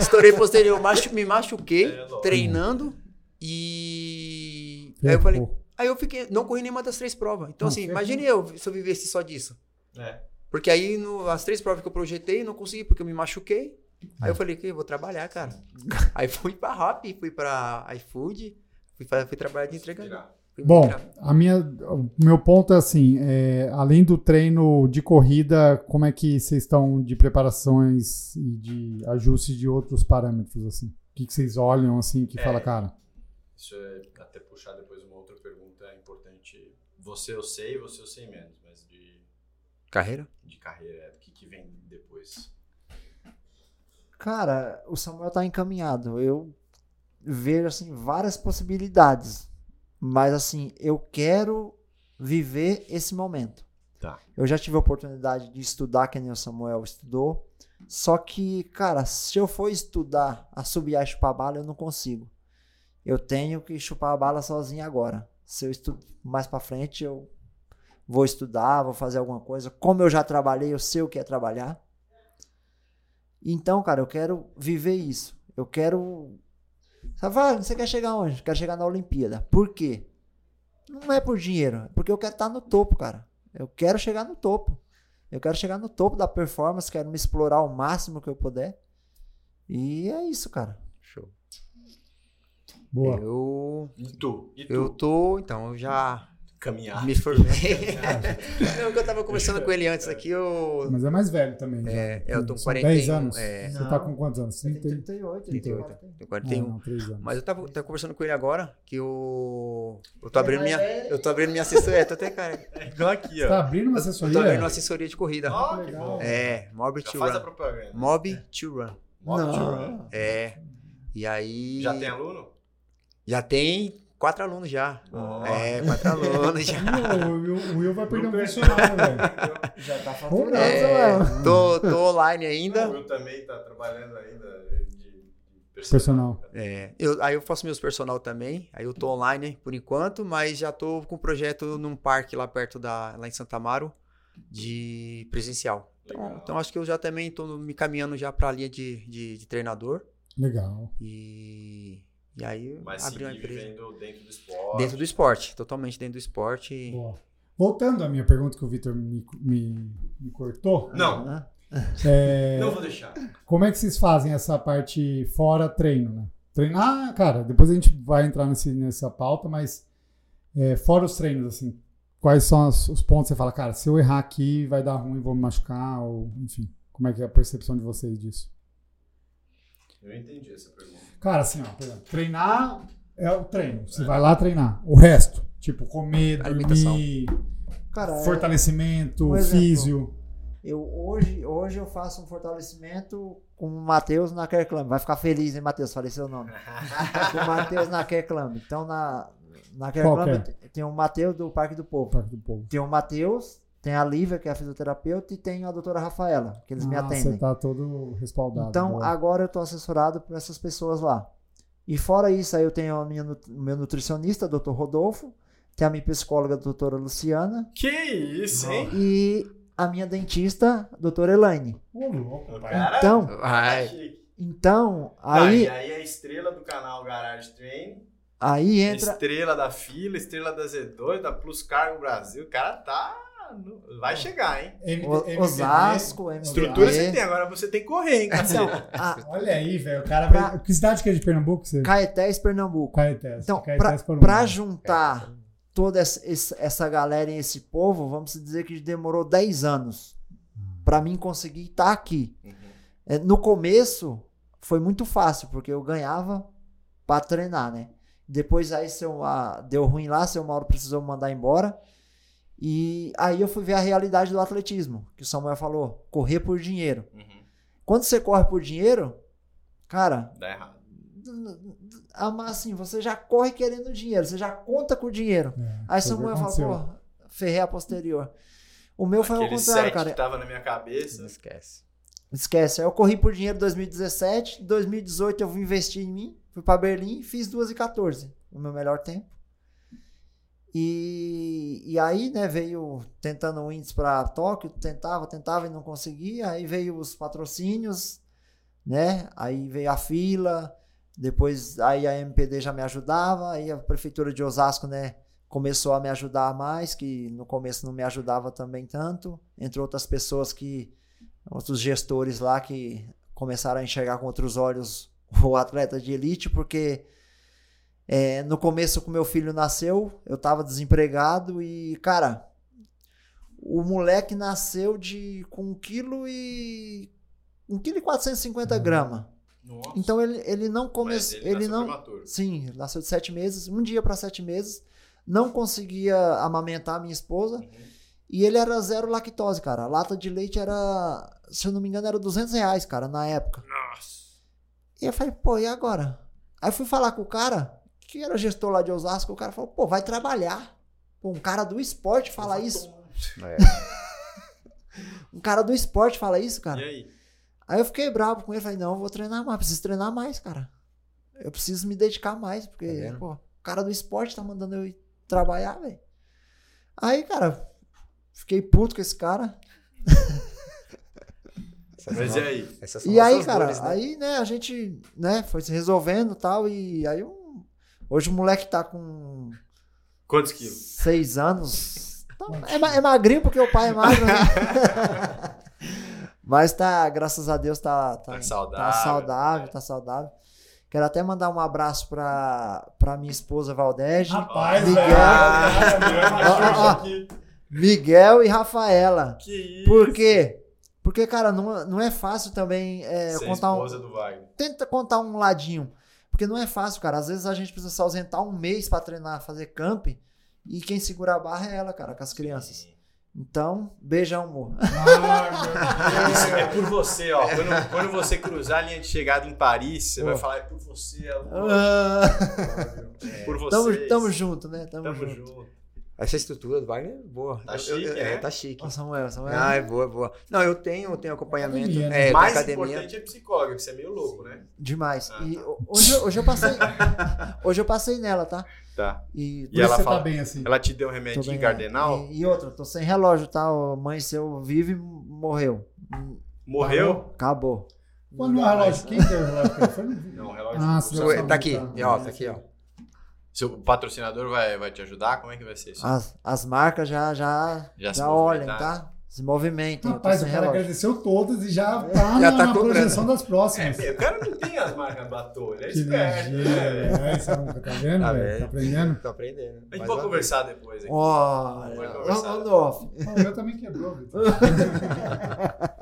S3: estourei posterior. Machu, me machuquei,
S2: É, lógico.
S3: treinando e.
S1: É,
S3: Aí eu falei.
S1: pô.
S3: Aí eu fiquei. Não corri nenhuma das três provas. Então,
S1: Não, é
S3: assim,
S1: ferrou.
S3: imagine eu se eu vivesse só disso.
S2: É.
S3: Porque aí no- as três provas que eu projetei, não consegui, porque eu me machuquei.
S1: É.
S3: Aí eu falei, que eu vou trabalhar, cara. aí fui pra Rappi, fui pra iFood, fui, fa- fui trabalhar de entregador.
S2: Virar.
S3: Fui
S1: Bom,
S3: migrar.
S1: a minha, o meu ponto é assim: é, além do treino de corrida, como é que vocês estão de preparações e de ajustes de outros parâmetros? Assim? O que, que vocês olham assim que
S2: É.
S1: fala, cara?
S2: Isso é até puxar depois uma outra pergunta importante. Você eu sei, você eu sei menos, mas de,
S3: Carreira?
S2: de carreira, é, o que, que vem depois?
S4: Cara, o Samuel tá encaminhado. Eu vejo assim várias possibilidades, mas assim, eu quero viver esse momento.
S2: Tá.
S4: Eu já tive a oportunidade de estudar que nem o Samuel estudou, só que, cara, se eu for estudar a subir e chupar bala, eu não consigo. Eu tenho que chupar a bala sozinho agora. Se eu estudo mais pra frente, eu vou estudar, vou fazer alguma coisa. Como eu já trabalhei, eu sei o que é trabalhar. Então, cara, eu quero viver isso. Eu quero. Sabe, ah, você quer chegar onde? Quero chegar na Olimpíada. Por quê? Não é por dinheiro, é porque eu quero estar no topo, cara. Eu quero chegar no topo. Eu quero chegar no topo da performance, quero me explorar ao máximo que eu puder. E é isso, cara.
S3: Show.
S1: Boa.
S3: Eu,
S2: E tu? E tu?
S3: eu tô, então, eu já
S2: Caminhar.
S3: me formei. Não, que eu tava conversando com ele antes aqui, eu.
S1: Mas é mais velho também. já.
S3: É, eu tô com
S1: São
S3: 41.
S1: 10 anos.
S3: É,
S1: Você
S4: Não.
S1: tá com quantos anos?
S4: Ele
S1: 30
S4: tem
S1: e-
S4: 38, ele tem
S1: 38.
S4: 40.
S3: tô com 41.
S1: Ah, não, três anos.
S3: Mas eu tava, tava conversando com ele agora que eu. Eu tô abrindo minha. Eu tô abrindo minha assessoria. Tô até, cara.
S2: É igual aqui,
S1: Você
S2: ó.
S1: tá abrindo uma
S3: Eu
S1: assessoria?
S3: tô abrindo uma assessoria de corrida.
S2: Ó, que
S1: legal.
S2: bom.
S3: É, Mob
S2: Já
S3: to
S2: faz a
S3: Run.
S2: propaganda.
S3: Mob to Run.
S2: Mob to run.
S4: Não.
S3: É. E aí.
S2: Já tem aluno?
S3: Já tem quatro alunos já.
S2: Ó.
S3: É, quatro alunos já.
S1: Ih, o Will- O Will vai perder um funcionário, velho.
S4: Já tá
S1: Como
S4: faturando,
S3: É,
S4: Samuel.
S3: tô, tô online ainda.
S2: O Will também tá trabalhando ainda de- de
S1: Personal.
S3: É, eu- aí eu faço meus personal também. Aí eu tô online né, por enquanto, mas já tô com um projeto num parque lá perto da lá em Santa Amaro de presencial. Então,
S2: Legal.
S3: então acho que eu já também tô me caminhando já pra linha de, de, de treinador
S1: Legal.
S3: e e aí eu
S2: Mas
S3: abri uma
S2: seguir
S3: empresa
S2: vivendo dentro do esporte.
S3: dentro do esporte, totalmente dentro do esporte. e-
S1: Boa. Voltando à minha pergunta que o Vitor me, me- me cortou.
S2: Não,
S1: É,
S2: não vou deixar.
S1: Como é que vocês fazem essa parte fora treino, né? Treinar, cara, depois a gente vai entrar nesse, nessa pauta, mas é, fora os treinos, assim, quais são as- os pontos que você fala, cara, se eu errar aqui vai dar ruim, vou me machucar, ou enfim, como é que é a percepção de vocês disso?
S2: Eu entendi essa pergunta.
S1: Cara, assim, ó, por exemplo, treinar é o treino, você vai lá treinar. O resto, tipo, comer,
S3: Alimentação.
S1: dormir,
S4: Cara, é-
S1: fortalecimento,
S4: Um exemplo.
S1: físio.
S4: Eu hoje, hoje eu faço um fortalecimento com o Matheus na Care Club. Vai ficar feliz, hein, Matheus? Falei seu nome. com o Matheus na Care Club. Então, na, na Care
S1: Qual
S4: Club
S1: que é?
S4: tem o Matheus do Parque do Povo.
S1: Parque do Povo.
S4: Tem o Matheus, tem a Lívia, que é a fisioterapeuta, e tem a doutora Rafaela, que eles me
S1: Ah, Você
S4: atendem.
S1: tá todo respaldado.
S4: Então,
S1: né?
S4: agora eu tô assessorado por essas pessoas lá. E fora isso, aí eu tenho a minha nu- o meu nutricionista, Dr. Rodolfo, tem a minha psicóloga, doutora Luciana,
S2: Que isso, hein?
S4: e a minha dentista, doutora Elaine.
S1: Ô, louco.
S2: Cara,
S4: Então,
S2: tá
S3: Vai.
S2: chique.
S4: então,
S2: Tá, e
S4: aí,
S2: aí a estrela do canal Garage Train, é
S4: aí entra...
S2: estrela da fila, estrela da Z2, da Plus Cargo Brasil, o cara tá... no-
S4: É.
S2: Vai chegar, hein?
S1: MD,
S4: O- Osasco, MDB.
S2: Estrutura
S4: Aí.
S2: você tem, agora você tem que correr, hein,
S4: Então,
S2: cacete?
S4: a
S1: Olha aí, velho. O cara
S4: Pra-
S1: veio- Que cidade que é de Pernambuco? Você...
S4: Caetés, Pernambuco.
S1: Caetés.
S4: Então,
S1: Caetés
S4: pra,
S1: foram-
S4: pra juntar toda essa, esse- essa galera e esse povo, vamos dizer que demorou 10 anos pra mim conseguir estar aqui. É, no começo foi muito fácil, porque eu ganhava pra treinar, né? Depois aí seu, ah, deu ruim lá, seu Mauro precisou me mandar embora. E aí eu fui ver a realidade do atletismo, que o Samuel falou, correr por dinheiro.
S2: Uhum.
S4: Quando você corre por dinheiro, cara,
S2: Dá errado.
S4: ah, mas assim, você já corre querendo dinheiro, você já conta com o dinheiro.
S1: É, foi o
S4: Aí
S1: que
S4: Samuel
S1: aconteceu.
S4: fala, pô, ferrei a posterior. O meu foi ao
S2: Aquele
S4: contrário,
S2: set
S4: cara.
S2: que tava na minha
S3: Não
S2: cabeça.
S3: esquece.
S4: Esquece. Aí eu corri por dinheiro em 2017, em 2018 eu vim investir em mim, fui pra Berlim, fiz 2,14, o meu melhor tempo. E, e aí, né, veio tentando o índice para Tóquio, tentava, tentava e não conseguia. Aí veio os patrocínios, né? Aí veio a fila, depois aí a MPD já me ajudava, aí a prefeitura de Osasco, né, começou a me ajudar mais, que no começo não me ajudava também tanto, entre outras pessoas que outros gestores lá que começaram a enxergar com outros olhos o atleta de elite, porque é, no começo que meu filho nasceu, eu tava desempregado e, cara, o moleque nasceu de com 1 quilo e 1 quilo e 450 gramas.
S2: Nossa.
S4: Então ele, ele não começou,
S2: Uhum. Mas
S4: ele,
S2: nasceu
S4: não,
S2: prematuro.
S4: Sim, ele nasceu de sete meses, um dia para sete meses. Não conseguia amamentar a minha esposa.
S2: Uhum.
S4: E ele era zero lactose, cara. A lata de leite era, se eu não me engano, era 200 reais, cara, na época.
S2: Nossa.
S4: E eu falei, pô, e agora? Aí fui falar com o cara, que era gestor lá de Osasco. O cara falou, pô, vai trabalhar. Pô, um cara do esporte fala isso.
S3: É.
S4: Um cara do esporte fala isso, cara.
S2: E aí?
S4: Aí eu fiquei bravo com ele, falei, não, eu vou treinar mais, preciso treinar mais, cara. Eu preciso me dedicar mais,
S3: Tá
S4: porque,
S3: vendo?
S4: pô, o cara do esporte tá mandando eu ir trabalhar, velho. Aí, cara, fiquei puto com esse cara.
S3: Essas
S2: Mas é. e
S3: são-
S2: aí?
S3: essas são
S4: E aí,
S3: nossas
S4: cara,
S3: dores, né?
S4: aí, né, a gente, né, foi se resolvendo e tal, e aí um... hoje o moleque tá com
S2: Quantos quilos?
S4: seis anos. Tá- É, ma- é magrinho porque o pai é magro, né? Mas tá, graças a Deus, tá, tá,
S2: Tá saudável. né?
S4: Tá saudável, tá saudável. Quero até mandar um abraço pra, pra minha esposa Valdege,
S1: Rapaz,
S4: Miguel.
S1: velho.
S4: Ah, ó, ó. Miguel e Rafaela.
S2: Que isso?
S4: ah. Por quê? Porque, cara, não, não é fácil também é,
S2: Você é
S4: contar um.
S2: esposa do Wagner.
S4: Tenta contar um ladinho. Porque não é fácil, cara. Às vezes a gente precisa se ausentar um mês pra treinar, fazer camp. E quem segura a barra é ela, cara, com as crianças. Então, beijão, amor.
S2: Isso é por você, ó. Quando, quando você cruzar a linha de chegada em Paris, você
S4: Pô.
S2: vai falar, é por você, amor.
S4: Ah,
S2: É por
S4: tamo,
S2: vocês.
S4: tamo junto, né? Tamo,
S2: Tamo
S4: junto.
S2: junto.
S3: Essa estrutura do Wagner é boa.
S2: Tá chique, né?
S3: é, tá chique.
S4: Ó, Samuel, Samuel.
S3: Ah, é boa, é boa. Não, eu tenho, eu tenho acompanhamento.
S1: Academia, né?
S3: É, da
S2: Mais
S3: academia.
S2: importante é psicóloga, que você é meio louco, né?
S4: Demais.
S2: Ah,
S4: E ho- hoje, eu- hoje eu passei. hoje eu passei nela, tá?
S2: Tá.
S4: E,
S1: Por
S2: ela
S1: isso você
S2: fala-
S1: tá bem assim.
S2: Ela te deu um
S4: tô
S2: remedinho
S4: bem-
S2: cardenal?
S4: E, e outra, tô sem relógio, tá? Ô, Mãe seu vive morreu. Hum,
S2: Morreu?
S4: Acabou.
S1: Pô, não é relógio. Quem deu o relógio? pra ele? Foi um no-
S2: Não,
S1: Ah,
S2: relógio.
S1: se deu-
S2: não.
S3: Ué, Tá aqui, ó, tá aqui, ó.
S2: Seu patrocinador vai, vai te ajudar? Como é que vai ser isso?
S4: As, as marcas já já
S2: Já
S4: já,
S2: se
S4: olham,
S2: movimentaram.
S4: tá? Se movimentam. eu tô
S1: Rapaz, o
S4: sem
S1: cara
S4: relógio.
S1: agradeceu todas e já tá na, na
S3: Já tá cobrando.
S1: projeção das próximas.
S2: O cara não tem as marcas da toa, ele é
S1: que
S2: esperto.
S1: ligeiro,
S2: né?
S1: velho. Você nunca tá vendo,
S3: Tá
S1: velho?
S3: vendo?
S1: Tá aprendendo?
S3: Tô aprendendo.
S2: A gente
S3: Mais
S2: pode
S3: uma
S2: conversar depois aqui.
S4: Olha,
S2: conversar.
S4: Randolph.
S1: Ah, O meu também quebrou, Vitor.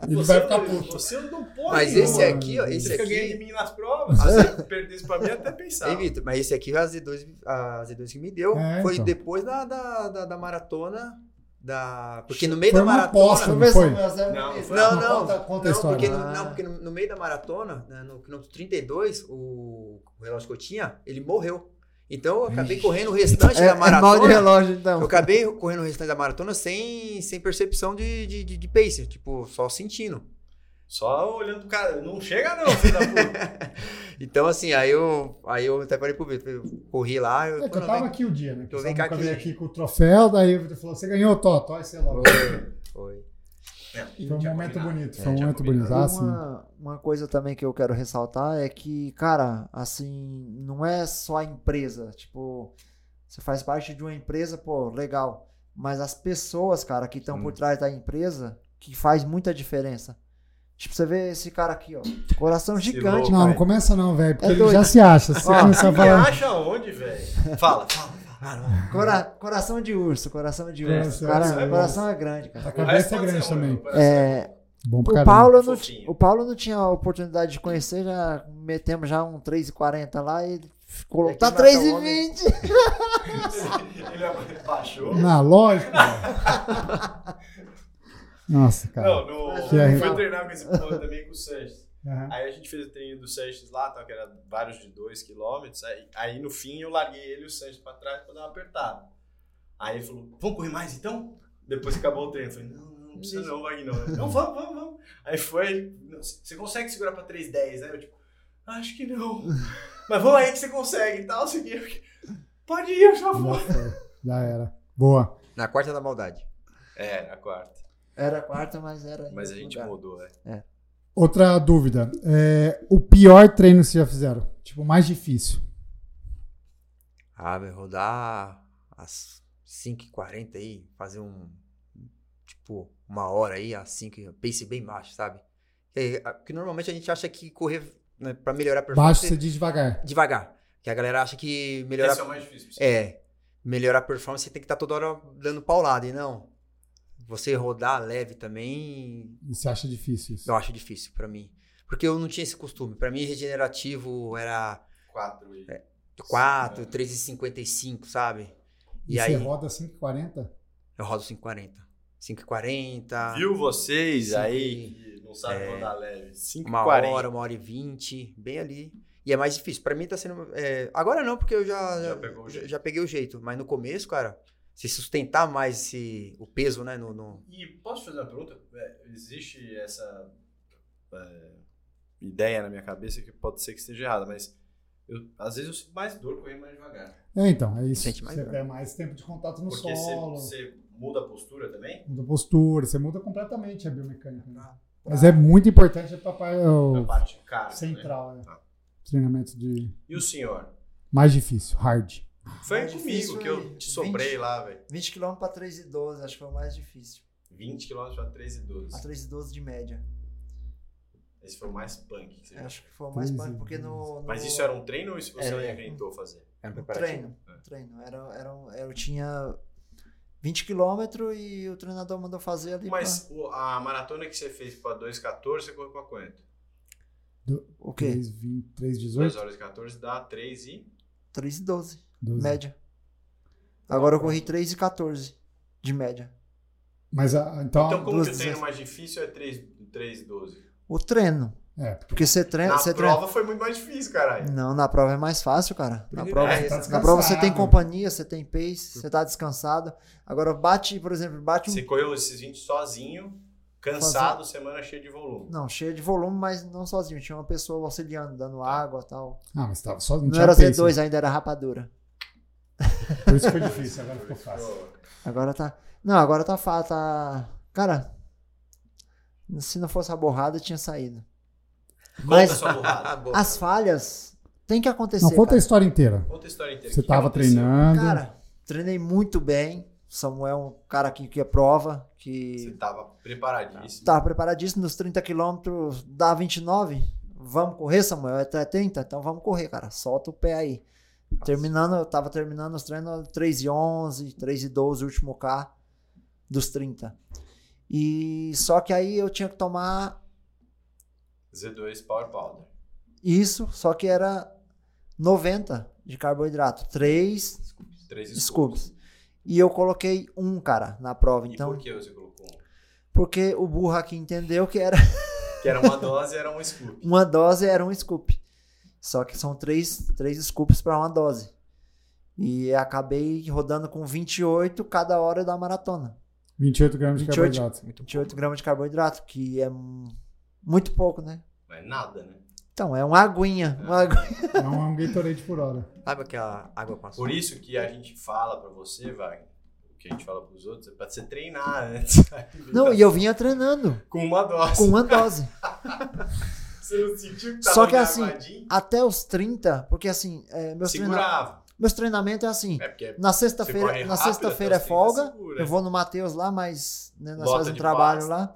S1: Ele vai ficar
S2: não-
S1: puto.
S2: Você não
S3: vez.
S2: pode.
S3: Mas
S2: não,
S3: esse
S2: mano.
S3: aqui, ó,
S2: Você
S3: esse
S2: fica ganhando de
S3: aqui.
S2: mim nas provas. Se você perdesse pra mim, eu até pensava.
S3: Ei, Vitor, mas esse aqui, a Z2, a Z2 que me deu,
S1: É,
S3: foi
S1: então.
S3: depois da, da, da, da maratona da. Porque no meio
S1: Foi
S3: da
S1: uma
S3: maratona.
S1: aposta, não foi?
S3: Não,
S1: Não,
S3: não.
S1: conta- conta a
S3: não,
S1: história.
S3: Porque no,
S4: Ah.
S3: não, porque no, no meio da maratona, né, no quilômetro 32, o, o relógio que eu tinha, ele morreu. Então eu acabei correndo o restante
S4: É,
S3: da
S4: é mal de
S3: maratona.
S4: relógio,
S3: eu
S4: então.
S3: acabei correndo o restante da maratona sem, sem percepção de, de, de, de pace, tipo, só sentindo.
S2: Só olhando pro cara. Não chega, não, filho da puta.
S3: Então, assim, aí eu, aí eu até falei pro Vitor, eu corri lá, eu,
S1: É que eu
S3: falei,
S1: tava
S3: "Não,
S1: aqui o dia, né? Que
S3: Eu
S1: eu
S3: vim
S1: nunca
S3: cá
S1: veio
S3: aqui.
S1: aqui com o troféu, daí ele falou: você ganhou, Tó, Tó, sei lá.
S3: vem-
S1: né?
S3: Oi, oi.
S1: Foi um
S2: Tinha
S1: momento
S2: combinado.
S1: bonito,
S2: É,
S1: foi um
S2: tinha
S1: momento bonito.
S2: combinado.
S1: Ah, sim.
S4: uma, uma coisa também que eu quero ressaltar é que, cara, assim, não é só a empresa. Tipo, você faz parte de uma empresa, pô, legal. Mas as pessoas, cara, que estão
S3: Sim.
S4: por trás da empresa, que faz muita diferença. Tipo, você vê esse cara aqui, ó. Coração
S2: Esse
S4: gigante.
S2: louco.
S1: Não, não
S2: velho.
S1: começa não, velho, porque
S4: É
S1: ele
S4: doido.
S1: já se acha. Se
S4: Ó,
S1: você começar a
S2: Me
S1: falar.
S2: acha onde, velho? Fala, fala.
S4: Cora- coração de urso, coração de
S1: É,
S4: urso.
S1: isso é-
S4: Cara,
S1: isso é bom.
S4: coração é grande, cara.
S1: A
S2: O
S1: cabeça
S2: resto
S1: é
S2: pode
S1: grande
S2: ser um,
S1: também.
S2: meu, parece.
S4: É,
S1: Bom pra
S4: o,
S1: caramba.
S4: Paulo não, ti-
S2: Fofinho.
S4: o Paulo não tinha a oportunidade de conhecer, já metemos já um 3,40 lá e ele
S3: É
S4: ficou louco.
S3: que
S4: Tá
S3: mata
S4: 3,20!
S2: Ele baixou.
S1: Na lógico. velho. Nossa, cara. é
S2: Não, no,
S4: Que
S2: eu
S1: arre-
S2: fui treinar com esse povo também com o Sanches.
S1: Aham.
S2: Aí a gente fez o treino do Sanches lá, tal, que era vários de 2 km. Aí, aí no fim eu larguei ele e o Sanches pra trás pra dar uma apertada. Aí ele falou: Vamos correr mais então? Depois que acabou o treino. Eu falei: Não, não, não precisa não, Wagner. não." Não, vamos, vamos, vamos. Aí foi: "Não, Você consegue segurar pra 3,10, né? Eu tipo: Acho que não. Mas vamos aí que você consegue e tal. Assim, Pode ir, eu já vou.
S1: Já foi. Já era. Boa.
S3: Na quarta da maldade.
S2: É, na quarta.
S4: Era quarta, mas era. em
S2: Mas a
S4: outro
S2: gente
S4: lugar.
S2: mudou, né?
S1: Outra dúvida. É, o pior treino que vocês já fizeram? Tipo, o mais difícil.
S3: Ah, vai rodar às 5h40 aí, fazer um. Tipo, uma hora aí, às 5 pace bem baixo, sabe? É, a- Porque normalmente a gente acha que correr né, pra melhorar a
S1: Baixo você
S3: performance
S1: diz devagar.
S3: devagar. Que a galera acha que melhorar.
S2: Esse é o mais difícil. pra você.
S3: É, melhorar a performance você tem que estar toda hora dando paulada, e não. Você rodar leve também
S1: E Você acha difícil isso?
S3: eu acho difícil pra mim. Porque eu não tinha esse costume. Pra mim, regenerativo era
S2: Quatro e...
S3: 4, 3,55, sabe?
S1: E,
S3: E,
S1: você
S3: aí.
S1: roda 5,40?
S3: Eu rodo 5,40. 5,40.
S2: Viu vocês
S3: Cinco
S2: aí
S3: e-
S2: que não sabe
S3: é,
S2: rodar leve? 5
S3: Uma hora, uma hora e vinte, bem ali. E é mais difícil. Pra mim tá sendo. é, agora não, porque eu já,
S2: Já pegou o jeito.
S3: já peguei o jeito. Mas no começo, cara, se sustentar mais esse, o peso, né? No, no-
S2: E posso fazer uma pergunta? É, existe essa é, ideia na minha cabeça que pode ser que esteja errada, mas eu, às vezes eu sinto mais dor correndo mais devagar.
S1: É, então, é isso.
S3: Sente mais
S1: você
S3: dor.
S1: tem mais tempo de contato no
S2: porque você-
S1: solo.
S2: você muda a postura também?
S1: Muda a postura, você muda completamente a biomecânica. né?
S2: Tá.
S1: Mas é muito importante a papai,
S2: Na
S1: o
S2: parte cara.
S1: central, né?
S2: Tá.
S1: Treinamento de
S2: E o senhor?
S1: mais difícil, hard.
S2: Foi
S4: Mais difícil,
S2: comigo que eu
S4: hein?
S2: te sobrei
S4: 20.
S2: lá, velho.
S4: 20 km pra 3,12, acho que foi o mais difícil.
S2: 20 km pra 13 e
S4: A
S2: 12.
S4: 3,12 de média.
S2: Esse foi o mais punk. que você
S4: Eu
S2: já-
S4: acho que foi o mais
S1: 13,
S4: punk, porque no. no-
S2: Mas isso era um treino ou isso você
S3: Era, é.
S2: inventou fazer?
S3: Era um
S4: no
S3: preparativo.
S4: treino.
S2: É.
S4: no treino. Era, era, um- eu tinha 20 km e o treinador mandou fazer ali.
S2: Mas o- a maratona que você fez pra 2,14, você correu pra quanto?
S4: pra- O quê?
S1: 3, 20, 3,
S2: 2
S1: 18.
S2: horas e 14 dá 3 e.
S4: 3,12.
S1: 12.
S4: Média. Agora eu corri 3 e 14 de média.
S1: Mas a- então,
S2: Então, como
S4: duas
S2: que o treino
S4: dezesseis.
S2: mais difícil é 3, 3 12?
S4: O treino.
S1: É.
S4: Porque você treina.
S2: Na
S4: você
S2: prova foi muito mais difícil, caralho.
S4: treina... Não, na prova é mais fácil, cara. Na
S3: Primeiro
S4: prova,
S2: é,
S1: tá
S4: na prova você tem
S1: descansado.
S4: companhia, você tem pace, você tá descansado. Agora bate, por exemplo, bate um.
S2: Você correu esses 20 sozinho, cansado, semana cheia de volume.
S4: Não, cheia de volume, mas não sozinho. Tinha uma pessoa auxiliando, dando água e tal.
S1: ah, mas tava só não,
S4: Não
S1: tinha
S4: era
S1: pace, né?
S4: Z2, ainda era rapadura.
S1: Por isso foi difícil, agora ficou fácil.
S4: Agora tá. Não, agora tá fácil. Tá... Cara, se não fosse a borrada, tinha saído.
S2: Conta a sua borrada.
S3: Ah, boa.
S4: As falhas tem que acontecer.
S1: Não, conta
S4: cara.
S1: a história inteira.
S2: Conta a história inteira.
S1: Você
S2: O que
S1: tava
S2: aconteceu?
S1: treinando.
S4: tá- Cara, treinei muito bem. Samuel, é um cara que, que é prova,
S2: Você
S4: que
S2: tava preparadíssimo.
S4: tava preparadíssimo nos 30 quilômetros dá 29. Vamos correr, Samuel? É até 30? Então vamos correr, cara. Solta o pé aí. Terminando, eu tava terminando os treinos 3 e 11, 3 e 12, último K dos 30. E só que aí eu tinha que tomar
S2: Z2 Power Powder.
S4: isso, só que era 90 de carboidrato, 3
S2: Três
S4: scoops. E eu coloquei um, cara, na prova.
S2: E
S4: Então,
S2: por que você colocou um?
S4: porque o burro aqui entendeu que era
S2: Que era uma dose era um scoop.
S4: uma dose era um scoop. Só que são três, três scoops para uma dose. E acabei rodando com 28 cada hora da maratona.
S1: 28 gramas de
S4: 28.
S1: carboidrato.
S4: 28 gramas de carboidrato, que é mu- muito pouco, né?
S2: Mas nada, né?
S4: Então, é uma aguinha. Uma agu...
S1: É um, é um Gatorade por hora.
S3: Sabe aquela água com açúcar?
S2: Por isso que a gente fala pra você, vai, o que a gente fala pros outros, é pra você treinar, né?
S4: Não, e eu vinha treinando
S2: Com uma dose.
S4: com uma dose.
S2: Você não sentiu que
S4: Só
S2: tava
S4: que
S2: meio
S4: assim,
S2: armadinho?
S4: Até os 30, porque assim, é, meus, treina...
S2: Segurava.
S4: meus treinamentos é assim.
S2: É porque
S4: Na
S2: Você corre
S4: sexta-feira, na
S2: rápido,
S4: sexta-feira é
S2: então você
S4: folga.
S2: segura,
S4: Eu
S2: né?
S4: vou no Matheus lá, mas né, nós
S2: Lota
S4: fazemos um
S2: de
S4: trabalho
S2: massa.
S4: lá.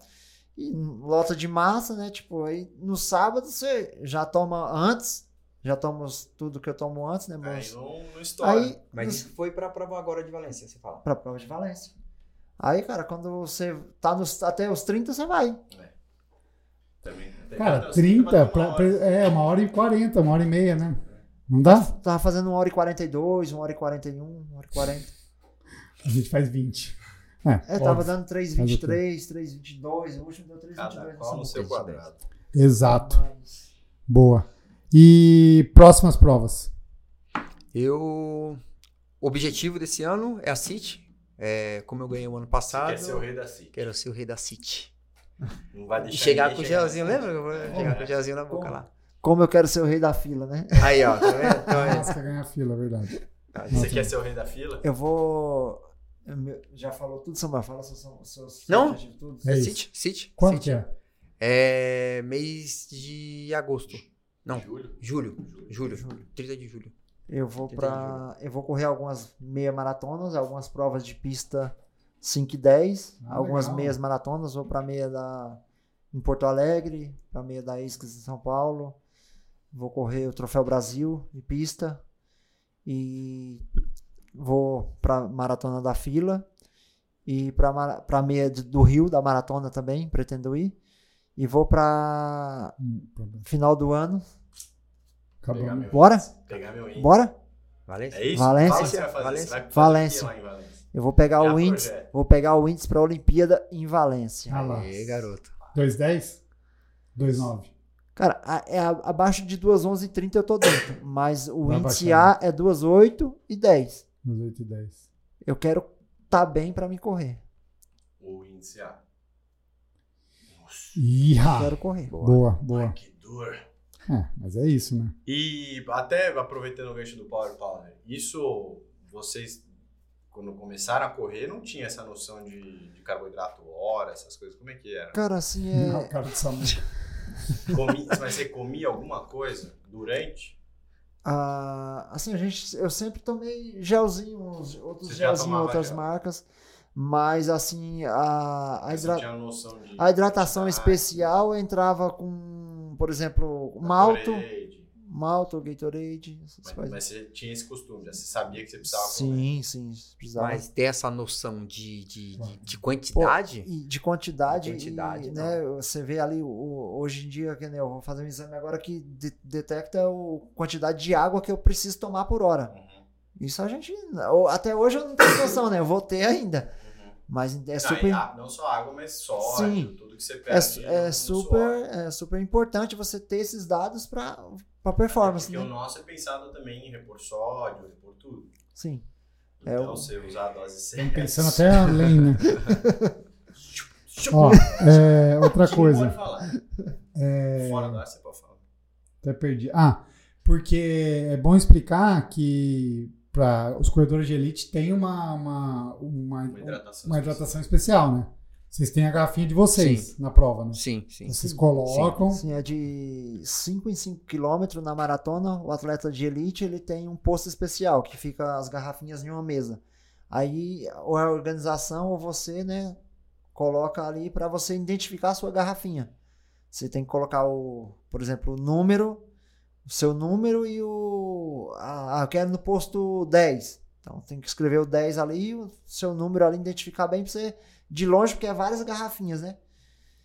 S4: E lota de massa, né? Tipo, aí no sábado você já toma antes, já tomo os- tudo que eu tomo antes, né?
S2: aí
S4: Mas,
S2: É, não, não estoura.
S4: aí,
S3: Mas isso foi pra prova agora de Valência, você fala.
S4: pra prova de Valência. Aí, cara, quando você tá nos, até os 30, você vai.
S2: Também, até
S1: Cara,
S2: cada-
S1: 30,
S2: cada assim, uma
S1: pra-
S2: hora.
S1: pra- é uma hora e 40, uma hora e meia, né? Não dá?
S4: Tava fazendo 1 hora e 42, 1 hora e 41, 1 hora e 40.
S1: A gente faz 20.
S4: É,
S1: É,
S4: tava
S1: óbvio.
S4: dando 3,23, 3,22, o último deu 3,22.
S2: Cada
S4: nessa
S2: qual no seu
S4: música.
S2: quadrado.
S1: Exato.
S4: Mas-
S1: Boa. E próximas provas.
S3: Eu. O objetivo desse ano é a City. É, como eu ganhei o ano
S2: Você
S3: passado,
S2: quer ser o rei da City.
S3: quero ser o rei da City.
S2: Não vai
S3: E
S2: deixar
S3: chegar
S2: ninguém
S3: com o
S2: chegar na
S3: gelzinho,
S2: City.
S3: lembra? Eu vou Chegar com o gelzinho na boca lá.
S4: Como eu quero ser o rei da fila, né?
S3: Aí, ó, tá vendo? Então, é-
S1: Nossa, ganhar fila, é verdade.
S2: Tá, Você quer ser o rei da fila?
S4: Eu vou. eu me- Já falou tudo, Samuel? Fala seus, seus
S3: Não?
S4: objetivos, tudo.
S1: É isso.
S3: City? City?
S1: Quanto
S3: City.
S1: que é?
S3: É mês de agosto. Não.
S2: Júlio.
S3: Julho.
S2: Júlio.
S3: Julho. 30 de julho.
S4: Eu vou
S3: Entendi.
S4: para, eu vou correr algumas meia maratonas, algumas provas de pista 5 e 10,
S1: Ah,
S4: algumas
S1: legal.
S4: meias maratonas, vou para meia da em Porto Alegre, para meia da Isques em São Paulo. Vou correr o Troféu Brasil de pista e vou para maratona da Fila e para para meia de- do Rio da maratona também, pretendo ir. E vou para
S1: Hum, pronto.
S4: final do ano.
S2: Pegar
S1: Acabou.
S2: meu
S4: Bora?
S2: índice. Pegar meu índice.
S4: Bora?
S3: Valência?
S2: É isso?
S4: Valência.
S2: Fala o que você vai fazer. Você vai fazer o quê
S4: Valência.
S2: lá em Valência?
S4: Eu vou pegar
S2: Já
S4: o índice,
S2: projeto.
S4: vou pegar o índice para a Olimpíada em Valência.
S1: Ah lá.
S3: Aê, garoto.
S1: 2,10? 2,9.
S4: Cara, a- é a- abaixo de 2,11,30 eu tô dentro, mas o
S1: Vai
S4: índice
S1: baixar,
S4: A é 2,8 e 10.
S1: Nos 8 e 10.
S4: Eu quero tá bem para me correr.
S2: O índice A. Nossa,
S1: Iha!
S4: Quero correr.
S1: Ah, Boa, boa.
S2: que dor.
S1: É, mas é isso, né?
S2: E até aproveitando o gancho do Power Power, isso vocês, quando começaram a correr, não tinha essa noção de, de carboidrato hora, essas coisas, como é que era?
S4: Cara, assim
S1: Não,
S4: é
S1: cara do Samu.
S2: Comi, mas você comia alguma coisa durante?
S4: ah, assim a gente eu sempre tomei gelzinho, uns- outros
S2: Você já
S4: gelzinho,
S2: tomava
S4: outras
S2: gel?
S4: marcas, mas assim a, a,
S2: Você
S4: hidra-
S2: tinha noção de...
S4: a hidratação
S2: Ah,
S4: especial entrava com, por exemplo, um malto,
S2: Gatorade.
S4: malto, Gatorade, essas
S2: Mas,
S4: coisas.
S2: mas você tinha esse costume, já, você sabia que você precisava comer.
S4: Sim, sim, precisava.
S3: né? Mas ter essa noção de, de, de, de quantidade.
S4: E de quantidade,
S3: De quantidade,
S4: e, né, você vê ali o- o- hoje em dia que né, eu vou fazer um exame agora que de- detecta o quantidade de água que eu preciso tomar por hora.
S2: Uhum,
S4: Isso a gente ou- até hoje eu não tenho noção, né? Eu vou ter ainda,
S2: uhum.
S4: mas é
S2: Não, e
S4: super
S3: ah,
S2: a- não só água, mas sódio,
S4: Sim.
S2: tudo que você
S4: é,
S2: perde.
S4: su-
S2: no-
S4: é
S2: no suor.
S4: super é super importante você ter esses dados para para performance,
S2: Porque
S4: né?
S2: o nosso é pensado também em repor sódio, repor tudo.
S4: Sim. É,
S2: Então,
S4: o-
S2: você usar a dose
S1: Estamos
S2: certa.
S1: pensando até além, né? Ó,
S2: Chupa,
S1: é, outra
S2: chupa,
S1: coisa. É,
S2: Pode falar. Fora do ar, você pode falar.
S1: Até perdi. Ah, porque é bom explicar que para os corredores de elite tem uma, uma, uma,
S2: Uma hidratação.
S1: uma hidratação especial, né? Vocês têm a garrafinha de vocês na prova, né?
S3: Sim, sim.
S1: Vocês colocam.
S4: Sim, é de 5 em 5 quilômetros na maratona. O atleta de elite ele tem um posto especial que fica as garrafinhas em uma mesa. Aí ou é a organização ou você, né, coloca ali para você identificar a sua garrafinha. Você tem que colocar o, por exemplo, o número, o seu número e o ah, ah, eu quero no posto 10. Então tem que escrever o 10 ali, o seu número ali identificar bem para você de longe porque é várias garrafinhas, né?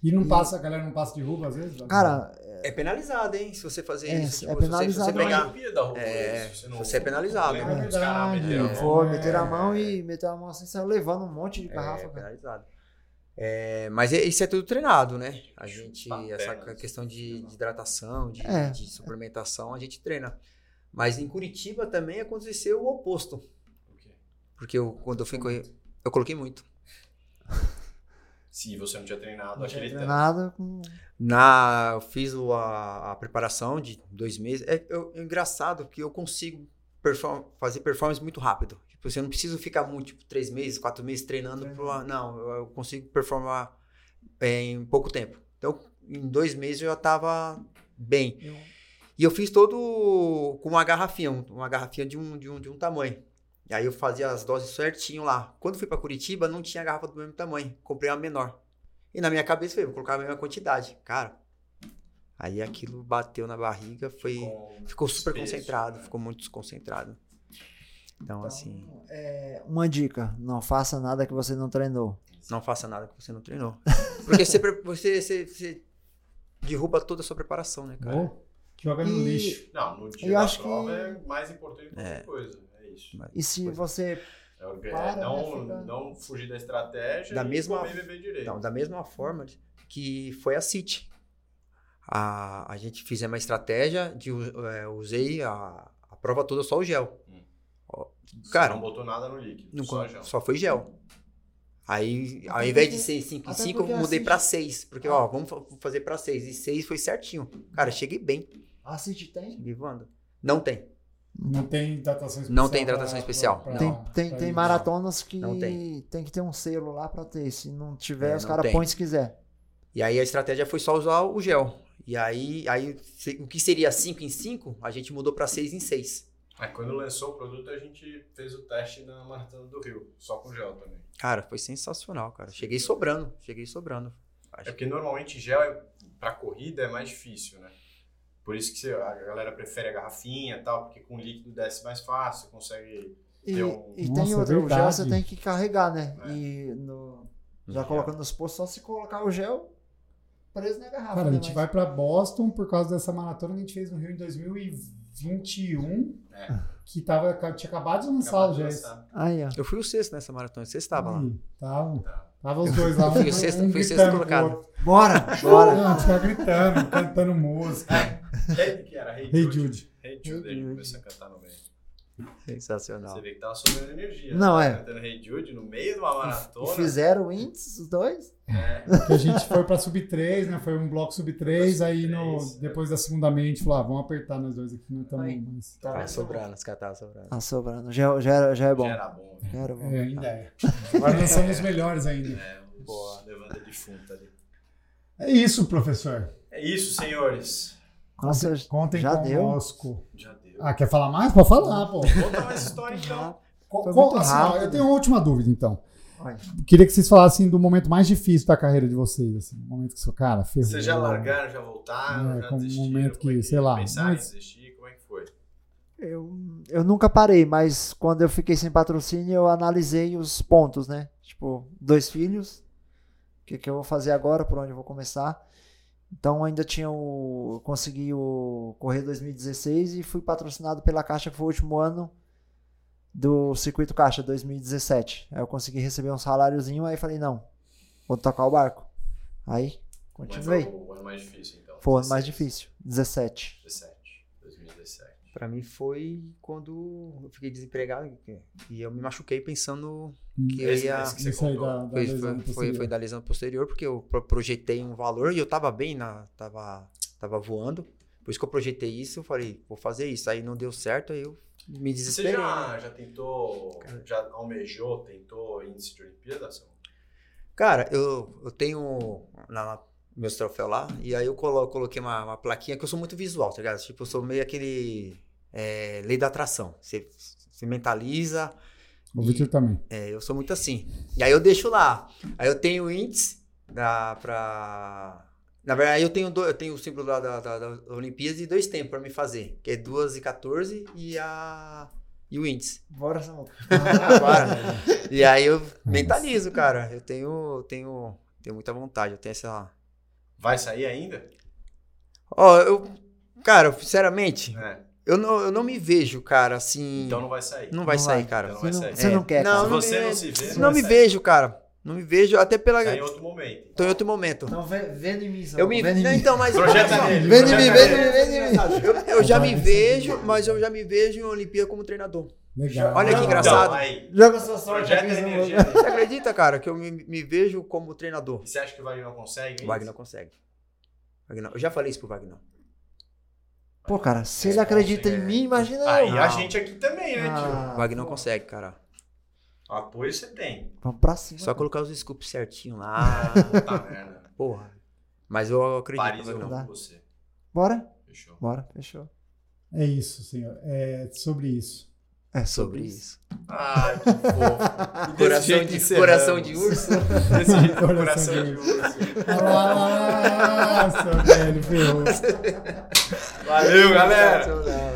S1: E não
S4: E-
S1: passa, a galera não passa de roupa às vezes?
S4: Cara,
S3: É penalizado, hein? Se você fazer
S4: É,
S3: isso. tipo,
S4: é
S3: se você- Se
S4: penalizado.
S3: você
S2: Tem uma
S3: pegar.
S2: Olimpíada, Rubens,
S3: É,
S2: se né? não-
S3: você é penalizado,
S2: não
S1: né?
S2: lembra que os caras
S1: Verdade. É.
S2: meteram a mão?
S4: foi, meter a mão e meter a mão assim, saiu levando um monte de garrafa,
S3: É,
S4: cara.
S3: penalizado. É, mas é- isso é tudo treinado, né? A gente,
S2: Baterna,
S3: essa
S2: né?
S3: questão de, de hidratação, de,
S4: É.
S3: de suplementação, a gente treina. Mas em Curitiba também aconteceu o oposto. Porque eu, quando eu fui. em Curitiba, Eu coloquei muito.
S2: Se você não tinha treinado,
S4: Não tinha
S2: aquele
S4: treinado com.
S3: Então, Na, eu fiz o- a, a preparação de dois meses. É, eu- é engraçado que eu consigo perform- fazer performance muito rápido. Tipo, assim, eu não preciso ficar muito, tipo, três meses, quatro meses treinando. pra- não, eu, eu consigo performar é, em pouco tempo. Então, em dois meses eu já estava bem.
S4: Eu-
S3: E um eu fiz todo com uma garrafinha, um- uma garrafinha de um, de um, de um tamanho. E aí eu fazia as doses certinho lá. Quando fui para Curitiba, não tinha garrafa do mesmo tamanho. Comprei uma menor. E na minha cabeça, falei, vou colocar a mesma quantidade. Cara, aí aquilo bateu na barriga, foi...
S2: Com-
S3: Ficou super
S2: Peso,
S3: concentrado,
S2: né?
S3: ficou muito desconcentrado. Então, assim,
S4: é, uma dica: não faça nada que você não treinou.
S3: não faça nada que você não treinou. Porque você, pre- você, você, você derruba toda a sua preparação, né, cara?
S1: Ou joga no
S4: E-
S1: lixo.
S2: Não, no dia
S4: Eu
S2: da
S4: acho
S2: prova
S4: que-
S2: é mais importante que qualquer coisa. É isso.
S3: Mas-
S4: E se
S3: Pois é.
S4: você.
S2: É, orga- é
S1: Para,
S2: não,
S1: né, fica-
S2: não fugir da estratégia
S3: Da
S2: e
S3: mesma-
S2: comer e beber direito.
S3: Então, da mesma forma que foi a City. A, a gente fizemos uma estratégia de u- é, usei a, a prova toda só o gel.
S2: Hum.
S3: Ó,
S2: Você
S3: Cara,
S2: não botou nada no líquido.
S3: não
S2: só
S3: co-
S2: já.
S3: só foi gel. Aí, ao
S4: Até
S3: invés
S4: porque-
S3: de ser 5 em
S4: até
S3: 5,
S4: porque
S3: eu mudei
S4: assim-
S3: pra 6. Porque, ó, vamos fa- fazer pra 6. E 6 foi certinho. Cara, cheguei bem,
S4: Assiste, tem?
S3: cheguei voando. Não tem.
S1: Não tem hidratação especial.
S3: Não tem hidratação
S1: pra-
S3: especial,
S1: pra-
S4: Tem,
S1: pra-
S4: tem,
S1: pra
S4: tem
S1: isso.
S4: maratonas que
S3: Não
S4: tem. que ter um selo lá pra ter. Se não tiver,
S3: É,
S4: os
S3: não
S4: caras
S3: tem.
S4: põem se quiser.
S3: E aí a estratégia foi só usar o gel. E aí, aí se- o que seria 5 em 5, a gente mudou pra 6 em 6.
S2: É, quando lançou o produto, a gente fez o teste na Maratona do Rio, só com gel também.
S3: Cara, foi sensacional, cara. Cheguei sobrando, cheguei sobrando.
S2: É porque normalmente gel é, pra corrida é mais difícil, né? Por isso que você- a galera prefere a garrafinha e tal, porque com líquido desce mais fácil, você consegue.
S4: E,
S2: Tem um-
S4: e
S1: Nossa,
S4: tem
S1: é
S4: outra, o gel
S1: verdade.
S4: você tem que carregar, né?
S2: É.
S4: E no- já
S2: Gel.
S4: colocando nos postos, só se colocar o gel preso na garrafa.
S1: Cara, a
S4: né?
S1: gente
S4: Mas-
S1: vai pra Boston por causa dessa maratona que a gente fez no Rio em 2021.
S2: É.
S1: Que tava, tinha acabado de lançar
S2: acabar
S1: o
S2: de
S1: Jess.
S2: lançar.
S4: Aí, ó.
S3: Eu fui o sexto nessa maratona, você estava lá.
S1: Ih, Tava,
S2: Tá.
S1: tava os dois lá.
S3: Eu fui
S1: um-
S3: o sexto-
S1: um
S3: fui o sexto
S1: gritando pro
S3: colocado.
S1: outro.
S4: Bora, bora.
S1: Não, ficava gritando, cantando música.
S2: Quem que era? Hey
S1: Hey
S2: Jude.
S1: Jude.
S2: Hey Jude, a
S4: Hey
S2: gente
S4: Jude.
S2: começou a cantar no meio. Você
S3: Sensacional.
S2: vê que tava sobrando energia.
S4: Não,
S2: né?
S4: é.
S2: Cantando Hey Jude no meio de uma
S4: E
S2: maratona.
S4: fizeram o índice, os dois?
S2: né?
S1: Que a gente foi pra sub 3, né? Foi um bloco sub 3. Aí no,
S2: Sub-três.
S1: depois da segunda meia a gente falou: ah, vamos apertar nós dois aqui, nós
S4: Aí.
S1: estamos.
S4: Tá
S3: Vai sobrando, os caras estavam sobrando.
S4: Tá sobrando. Já, já, era- já é bom.
S2: Já era bom.
S4: Já era bom.
S1: É, ainda é. Agora nós somos os melhores ainda.
S2: Né? Os
S3: Boa.
S2: Levanta defunta ali.
S1: É isso, professor.
S2: É isso, senhores.
S4: Nossa,
S1: Contem
S4: Já deu?
S1: conosco.
S2: Já deu.
S1: Ah, quer falar mais? Pode falar, pô.
S2: Conta mais história então.
S1: Co-
S4: Foi
S1: co-
S4: muito
S1: assim, ó,
S4: rápido.
S1: eu tenho uma última dúvida, então.
S4: Olha.
S1: Queria que vocês falassem do momento mais difícil da carreira de vocês. Assim, o momento que seu cara ferrou.
S2: Vocês já largaram, já voltaram,
S1: É,
S2: já
S1: com um
S2: desistiram.
S1: momento
S2: como é
S1: que, sei lá,
S2: Pensaram
S1: mas-
S2: em desistir, como é que foi?
S4: Eu, eu nunca parei, mas quando eu fiquei sem patrocínio, eu analisei os pontos, né? Tipo, dois filhos, o que, que eu vou fazer agora, por onde eu vou começar. Então ainda tinha o. Eu consegui o Correr 2016 e fui patrocinado pela Caixa, que foi o último ano do Circuito Caixa 2017. Aí eu consegui receber um saláriozinho, aí falei, não, vou tocar o barco. Aí,
S2: Mas foi
S4: continuei.
S2: o ano mais difícil então.
S4: Foi o ano
S2: 16,
S4: mais difícil, 17.
S2: 17, 2017.
S3: Pra mim foi quando eu fiquei desempregado e eu me machuquei pensando
S1: Hum.
S3: que eu
S2: Esse-
S3: ia...
S2: esse que você
S1: Isso aí
S2: contou.
S1: da, da
S3: Foi,
S1: lesão
S3: foi, foi,
S1: posterior.
S3: foi da lesão posterior, porque eu pro- projetei um valor e eu tava bem, na, tava, tava voando. Por isso que eu projetei isso, eu falei, vou fazer isso. Aí não deu certo, aí eu me
S2: Você
S3: desesperei. né?
S2: já, já tentou, já almejou, tentou índice de Olimpíada? Samu?
S3: Cara, eu, eu tenho na, na- meus troféus lá, e aí eu colo, coloquei uma, uma plaquinha que eu sou muito visual, tá ligado? Tipo, eu sou meio aquele é, lei da atração. Você se mentaliza,
S1: O Victor também.
S3: É, eu sou muito assim. E aí eu deixo lá. Aí eu tenho o índice da, pra. Na verdade, eu tenho, do- eu tenho o símbolo lá da, da, da Olimpíada e dois tempos pra me fazer. Que é 2 e 14 e a. E o índice.
S4: Bora, Samu.
S2: Ah,
S3: Agora. e aí eu mentalizo, cara. Eu tenho, tenho, tenho muita vontade. Eu tenho essa,
S2: Vai sair ainda?
S3: Ó, eu. Cara, sinceramente,
S2: É.
S3: eu não, eu não me vejo, cara, assim.
S2: Então não vai sair.
S3: não vai
S4: Não
S3: sair,
S4: vai.
S3: cara.
S2: Então
S4: Você
S2: vai
S4: não,
S2: sair.
S4: você não quer,
S3: Não,
S2: Se
S4: cara.
S2: você
S3: me-
S2: não se vê,
S3: não,
S2: não vai
S3: me
S2: sair.
S3: vejo, cara. Não me vejo, até pela.
S2: Sai em outro momento.
S3: Tô em outro momento.
S4: Então vê- vendo em mim, Zão.
S3: eu me.
S4: Vendo em
S3: Não,
S4: mim.
S3: então, mas.
S2: Projeta
S3: não,
S2: nele.
S4: Vem de
S2: projeta
S4: mim, vem de
S2: nele.
S4: mim, vem de mim.
S3: Eu já me vejo, mas eu já me vejo em Olimpíada como treinador.
S1: Legal.
S3: Olha que
S2: Então,
S3: engraçado.
S2: aí,
S4: Joga sua sorte.
S2: projeta
S4: aqui,
S2: a
S4: Zão.
S2: energia dele.
S3: Você acredita, cara, que eu me, me vejo como treinador?
S2: E Você acha que o Wagner consegue? é
S3: O
S2: hein?
S3: Wagner consegue. Wagner, eu já falei isso pro Wagner.
S4: Pô, cara, se ele acredita em mim, imagina
S2: Aí
S4: eu.
S2: a
S3: Não.
S2: gente aqui também, né,
S4: Ah,
S3: O Wagner
S4: pô.
S3: consegue, cara.
S2: Apoio você tem.
S4: Vamos pra cima.
S3: Só
S4: cara.
S3: colocar os scoops certinho lá.
S2: Tá merda.
S3: Porra. Mas eu acredito,
S2: Paris eu
S3: Wagner.
S2: vou
S4: Dá.
S2: com você.
S4: Bora?
S2: Fechou.
S4: Bora, fechou.
S1: É isso, senhor. É sobre isso.
S4: É
S3: sobre isso.
S2: Ai, que fofo. E desse
S3: Coração
S2: jeito
S3: de,
S2: encerramos.
S3: coração de urso.
S2: Desse jeito, coração,
S1: Coração de
S2: de urso.
S1: Nossa, velho, ferrou.
S2: Valeu, galera.
S3: Sensacional.